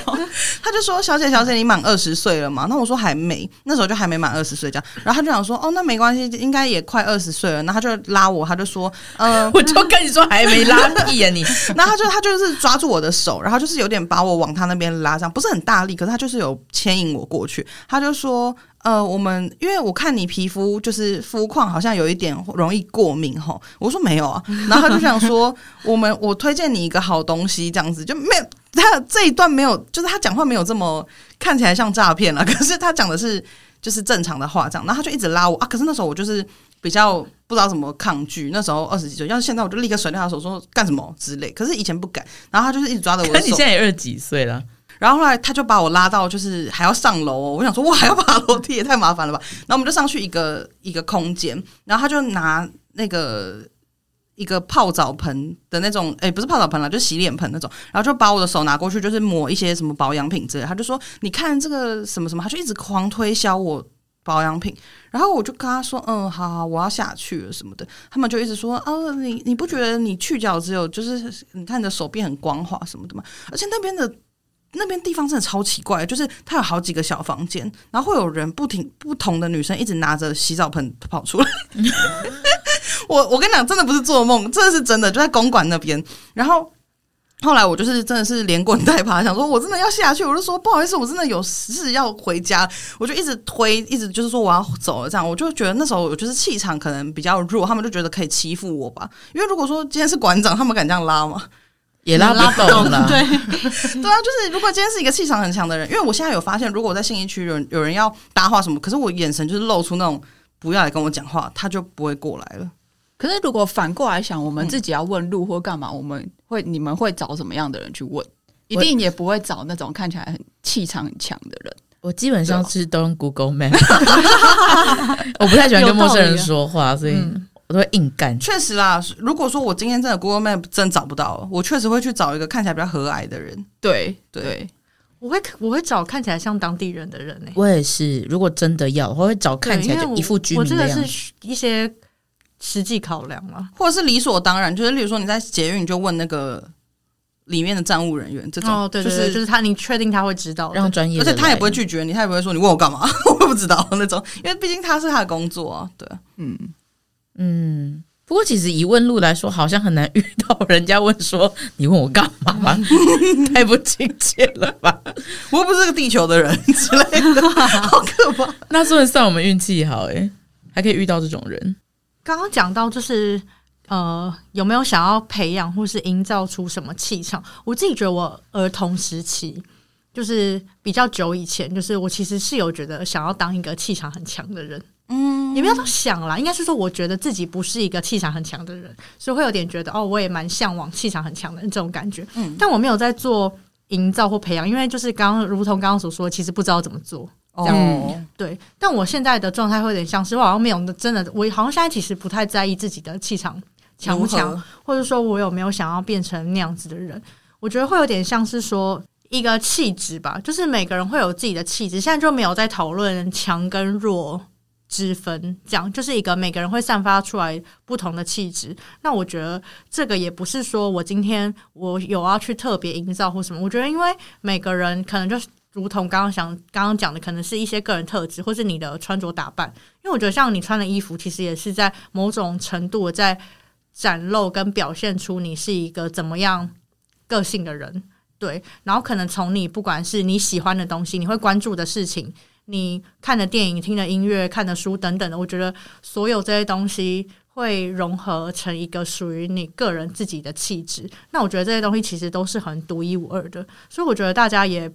[SPEAKER 1] 他就说：“小姐，小姐，你满二十岁了嘛？”那我说：“还没，那时候就还没满二十岁。”这样，然后他就想说：“哦，那没关系，应该也快二十岁了。”然后他就拉我，他就说：“嗯、
[SPEAKER 2] 我就跟你说还没拉屁呀、你！
[SPEAKER 1] 然后他就他就是抓住我的手，然后就是有点把我往他那边拉上，不是很大力，可是他就是有牵引我过去。他就说：“呃，我们因为我看你皮肤就是肤况好像有一点容易过敏吼。”我说：“没有啊。”然后他就想说：“我们我推荐你一个好东西，这样子就没有他这一段没有，就是他讲话没有这么看起来像诈骗了， 可是他讲的是就是正常的话这样。”然后他就一直拉我啊，可是那时候我就是。比较不知道怎么抗拒。那时候二十几岁，要是现在我就立刻甩掉他的手说干什么之类。可是以前不敢，然后他就是一直抓着我
[SPEAKER 2] 可
[SPEAKER 1] 的
[SPEAKER 2] 你
[SPEAKER 1] 手
[SPEAKER 2] 现，在也二十几岁了，
[SPEAKER 1] 然后后来他就把我拉到就是还要上楼、哦，我想说哇还要爬楼梯也太麻烦了吧。然后我们就上去一个一个空间，然后他就拿那个。一个泡澡盆的那种，哎、不是泡澡盆啦，就是洗脸盆那种，然后就把我的手拿过去，就是抹一些什么保养品之类的。他就说：“你看这个什么什么。”他就一直狂推销我保养品，然后我就跟他说：“嗯，好好，我要下去了什么的。”他们就一直说：“啊，你你不觉得你去角只有就是你看你的手臂很光滑什么的吗？而且那边的那边地方真的超奇怪，就是它有好几个小房间，然后会有人不停不同的女生一直拿着洗澡盆跑出来。 我我跟你讲，真的不是做梦，这是真的，就在公馆那边。然后后来我就是真的是连滚带爬，想说我真的要下去，我就说不好意思，我真的有事要回家，我就一直推，一直就是说我要走了这样。我就觉得那时候我就是气场可能比较弱，他们就觉得可以欺负我吧。因为如果说今天是馆长，他们敢这样拉吗？
[SPEAKER 2] 也拉不动了。
[SPEAKER 3] 对，
[SPEAKER 1] 对啊，就是如果今天是一个气场很强的人，因为我现在有发现，如果我在信义区有人有人要搭话什么，可是我眼神就是露出那种不要来跟我讲话，他就不会过来了。
[SPEAKER 4] 可是如果反过来想，我们自己要问路或干嘛，我们会你们会找什么样的人去问？一定也不会找那种看起来很气场很强的人。
[SPEAKER 2] 我基本上是都用 Google Map，我不太喜欢跟陌生人说话，所以
[SPEAKER 3] 嗯
[SPEAKER 2] 我都会硬干。
[SPEAKER 1] 确实啦，如果说我今天真的 Google Map 真找不到，我确实会去找一个看起来比较和蔼的人。
[SPEAKER 4] 对
[SPEAKER 1] 对
[SPEAKER 4] 对，
[SPEAKER 3] 我会我会找看起来像当地人的人呢、欸
[SPEAKER 2] 我也是，如果真的要，我会找看起来
[SPEAKER 3] 对因为
[SPEAKER 2] 就
[SPEAKER 3] 我
[SPEAKER 2] 一副居
[SPEAKER 3] 我
[SPEAKER 2] 民
[SPEAKER 3] 这
[SPEAKER 2] 的
[SPEAKER 3] 个
[SPEAKER 2] 样子。
[SPEAKER 3] 是一些实际考量啊了。
[SPEAKER 1] 或者是理所当然，就是例如说你在捷运你就问那个里面的站务人员这种，
[SPEAKER 3] 哦，对对对，就是、
[SPEAKER 1] 就是。
[SPEAKER 3] 他，你确定他会知道的？
[SPEAKER 2] 让专业
[SPEAKER 1] 而
[SPEAKER 2] 的来，
[SPEAKER 1] 且他也不会拒绝你，他也不会说你问我干嘛， 我不知道那种，因为毕竟他是他的工作啊，对。
[SPEAKER 4] 嗯，
[SPEAKER 2] 嗯。不过其实以问路来说，好像很难 遇到人家问说你问我干嘛， 太不亲切了吧？
[SPEAKER 1] 我又不是个地球的人之类 的，好可怕。
[SPEAKER 2] 那真的算我们运气好诶、还可以遇到这种人。
[SPEAKER 3] 刚刚讲到就是呃，有没有想要培养或是营造出什么气场？我自己觉得我儿童时期。就是比较久以前，就是我其实是有觉得想要当一个气场很强的人，嗯，也不要说想啦，应该是说我觉得自己不是一个气场很强的人，所以会有点觉得哦，我也蛮向往气场很强的这种感觉，嗯，但我没有在做营造或培养，因为就是刚刚如同刚刚所说，其实不知道怎么做，
[SPEAKER 1] 哦
[SPEAKER 4] 嗯
[SPEAKER 3] 对，但我现在的状态会有点像是，我好像没有真的，我好像现在其实不太在意自己的气场强不强
[SPEAKER 1] 如，何
[SPEAKER 3] 或者说我有没有想要变成那样子的人。我觉得会有点像是说一个气质吧，就是每个人会有自己的气质。现在就没有在讨论强跟弱之分，这样就是一个每个人会散发出来不同的气质。那我觉得这个也不是说我今天我有要去特别营造或什么。我觉得因为每个人可能就是。如同刚刚想刚刚讲的，可能是一些个人特质，或是你的穿着打扮。因为我觉得像你穿的衣服，其实也是在某种程度地在展露跟表现出你是一个怎么样个性的人。对，然后可能从你不管是你喜欢的东西，你会关注的事情，你看的电影、听的音乐、看的书等等的，我觉得所有这些东西会融合成一个属于你个人自己的气质。那我觉得这些东西其实都是很独一无二的，所以我觉得大家也。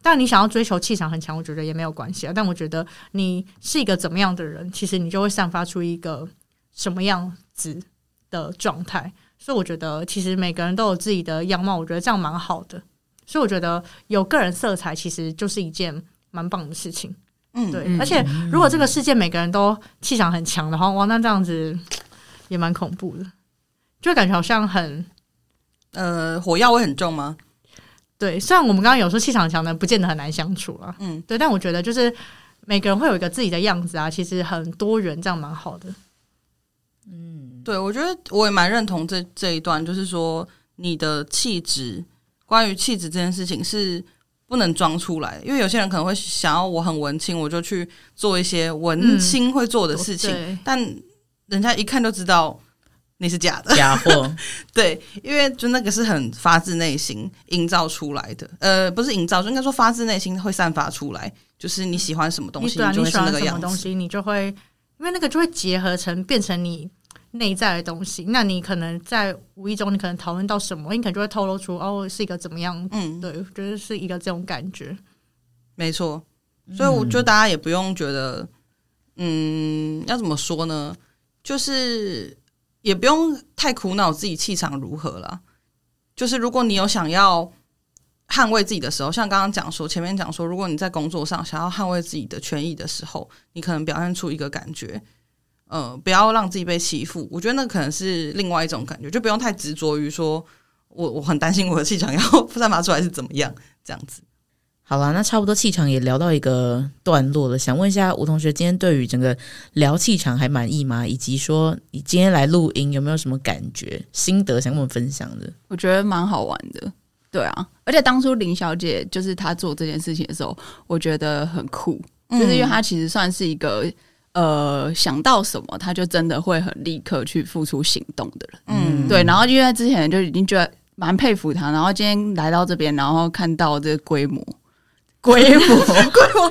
[SPEAKER 3] 但你想要追求气场很强，我觉得也没有关系啊。但我觉得你是一个怎么样的人，其实你就会散发出一个什么样子的状态。所以我觉得，其实每个人都有自己的样貌，我觉得这样蛮好的。所以我觉得有个人色彩，其实就是一件蛮棒的事情。
[SPEAKER 1] 嗯，
[SPEAKER 3] 对，
[SPEAKER 4] 嗯
[SPEAKER 3] 而且如果这个世界每个人都气场很强的话，哇，那这样子也蛮恐怖的，就感觉好像很
[SPEAKER 1] 呃，火药味很重吗？
[SPEAKER 3] 对。虽然我们刚刚有说气场强的不见得很难相处啊，
[SPEAKER 1] 嗯，
[SPEAKER 3] 对，但我觉得就是每个人会有一个自己的样子啊，其实很多元，这样蛮好的。嗯
[SPEAKER 1] 对，我觉得我也蛮认同这这一段，就是说你的气质，关于气质这件事情是不能装出来的，因为有些人可能会想要我很文青，我就去做一些文青会做的事情，
[SPEAKER 3] 哦对
[SPEAKER 1] 但人家一看就知道你是假的。
[SPEAKER 2] 假货，
[SPEAKER 1] 对，因为就那个是很发自内心营造出来的，呃，不是营造，就应该说发自内心会散发出来，就是你喜欢什么东
[SPEAKER 3] 你
[SPEAKER 1] 西，
[SPEAKER 3] 对啊，
[SPEAKER 1] 就
[SPEAKER 3] 你
[SPEAKER 1] 会
[SPEAKER 3] 喜
[SPEAKER 1] 是那
[SPEAKER 3] 欢
[SPEAKER 1] 个
[SPEAKER 3] 什
[SPEAKER 1] 样
[SPEAKER 3] 么东
[SPEAKER 1] 子。
[SPEAKER 3] 西，你就会因为那个就会结合成变成你内在的东西。那你可能在无意中，你可能讨论到什么，你可能就会透露出哦，是一个怎么样？
[SPEAKER 1] 嗯，
[SPEAKER 3] 对，我觉得是一个这种感觉。
[SPEAKER 1] 没错，所以我觉得大家也不用觉得，嗯，要怎么说呢？就是也不用太苦恼自己气场如何啦。就是如果你有想要捍卫自己的时候，像刚刚讲说，前面讲说，如果你在工作上想要捍卫自己的权益的时候，你可能表现出一个感觉，呃，不要让自己被欺负。我觉得那可能是另外一种感觉，就不用太执着于说我我很担心我的气场要 散发出来是怎么样这样子。
[SPEAKER 2] 好啦，那差不多气场也聊到一个段落了。想问一下吴同学，今天对于整个聊气场还满意吗？以及说你今天来录音有没有什么感觉、心得想跟我们分享的？
[SPEAKER 4] 我觉得蛮好玩的。对啊，而且当初林小姐就是她做这件事情的时候，我觉得很酷，
[SPEAKER 1] 嗯
[SPEAKER 4] 就是因为她其实算是一个呃想到什么，她就真的会很立刻去付出行动的人。
[SPEAKER 1] 嗯
[SPEAKER 4] 对，然后因为之前就已经觉得蛮佩服她，然后今天来到这边，然后看到这个 规模， 规模
[SPEAKER 1] 对，我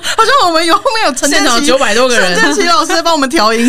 [SPEAKER 1] 好像我们有后面有陈
[SPEAKER 2] 现
[SPEAKER 1] 建
[SPEAKER 2] 场
[SPEAKER 1] 奇，
[SPEAKER 2] 九百多个
[SPEAKER 1] 陈建
[SPEAKER 2] 人，
[SPEAKER 1] 奇老师在帮我们调音，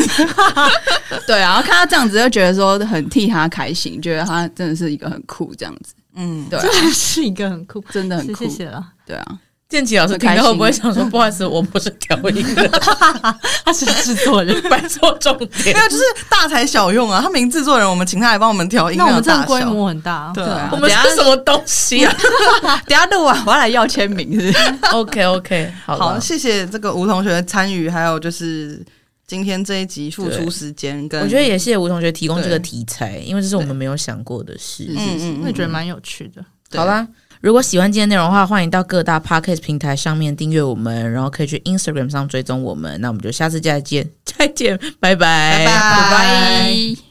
[SPEAKER 4] 对啊，然后看她这样子就觉得说很替她开心，觉得她真的是一个很酷这样子，
[SPEAKER 1] 嗯，
[SPEAKER 4] 对啊、
[SPEAKER 3] 这是一个很酷，
[SPEAKER 4] 真的很
[SPEAKER 3] 是
[SPEAKER 4] 酷
[SPEAKER 3] 谢，谢 了。
[SPEAKER 4] 对啊，
[SPEAKER 2] 建奇老师听到会不会想说，不好意思，我不是调音的，
[SPEAKER 3] 他是制作人，
[SPEAKER 2] 摆错重 点
[SPEAKER 4] 啊
[SPEAKER 1] 没。有，就是大材小用啊。他名制作人，我们请他来帮我们调音
[SPEAKER 3] 那我
[SPEAKER 1] 量
[SPEAKER 3] 们这
[SPEAKER 1] 大
[SPEAKER 3] 个
[SPEAKER 1] 小，
[SPEAKER 3] 规模很大，
[SPEAKER 1] 对啊
[SPEAKER 2] 我们是什么东西啊
[SPEAKER 4] 等一下录完我要来要签名是不是。
[SPEAKER 2] ？OK OK，好啊
[SPEAKER 1] 好，
[SPEAKER 2] 了，
[SPEAKER 1] 谢谢这个吴同学的参与，还有就是今天这一集付出时间跟，
[SPEAKER 2] 我觉得也谢谢吴同学提供这
[SPEAKER 1] 对
[SPEAKER 2] 个题材，因为这是我们没有想过的事。
[SPEAKER 4] 是
[SPEAKER 1] 嗯嗯
[SPEAKER 3] 我也觉得蛮有趣的。
[SPEAKER 1] 对
[SPEAKER 2] 好啦，如果喜欢今天内容的话，欢迎到各大 podcast 平台上面订阅我们，然后可以去 Instagram 上追踪我们。那我们就下次再见，再见，拜
[SPEAKER 1] 拜拜
[SPEAKER 2] 拜，
[SPEAKER 4] 拜拜。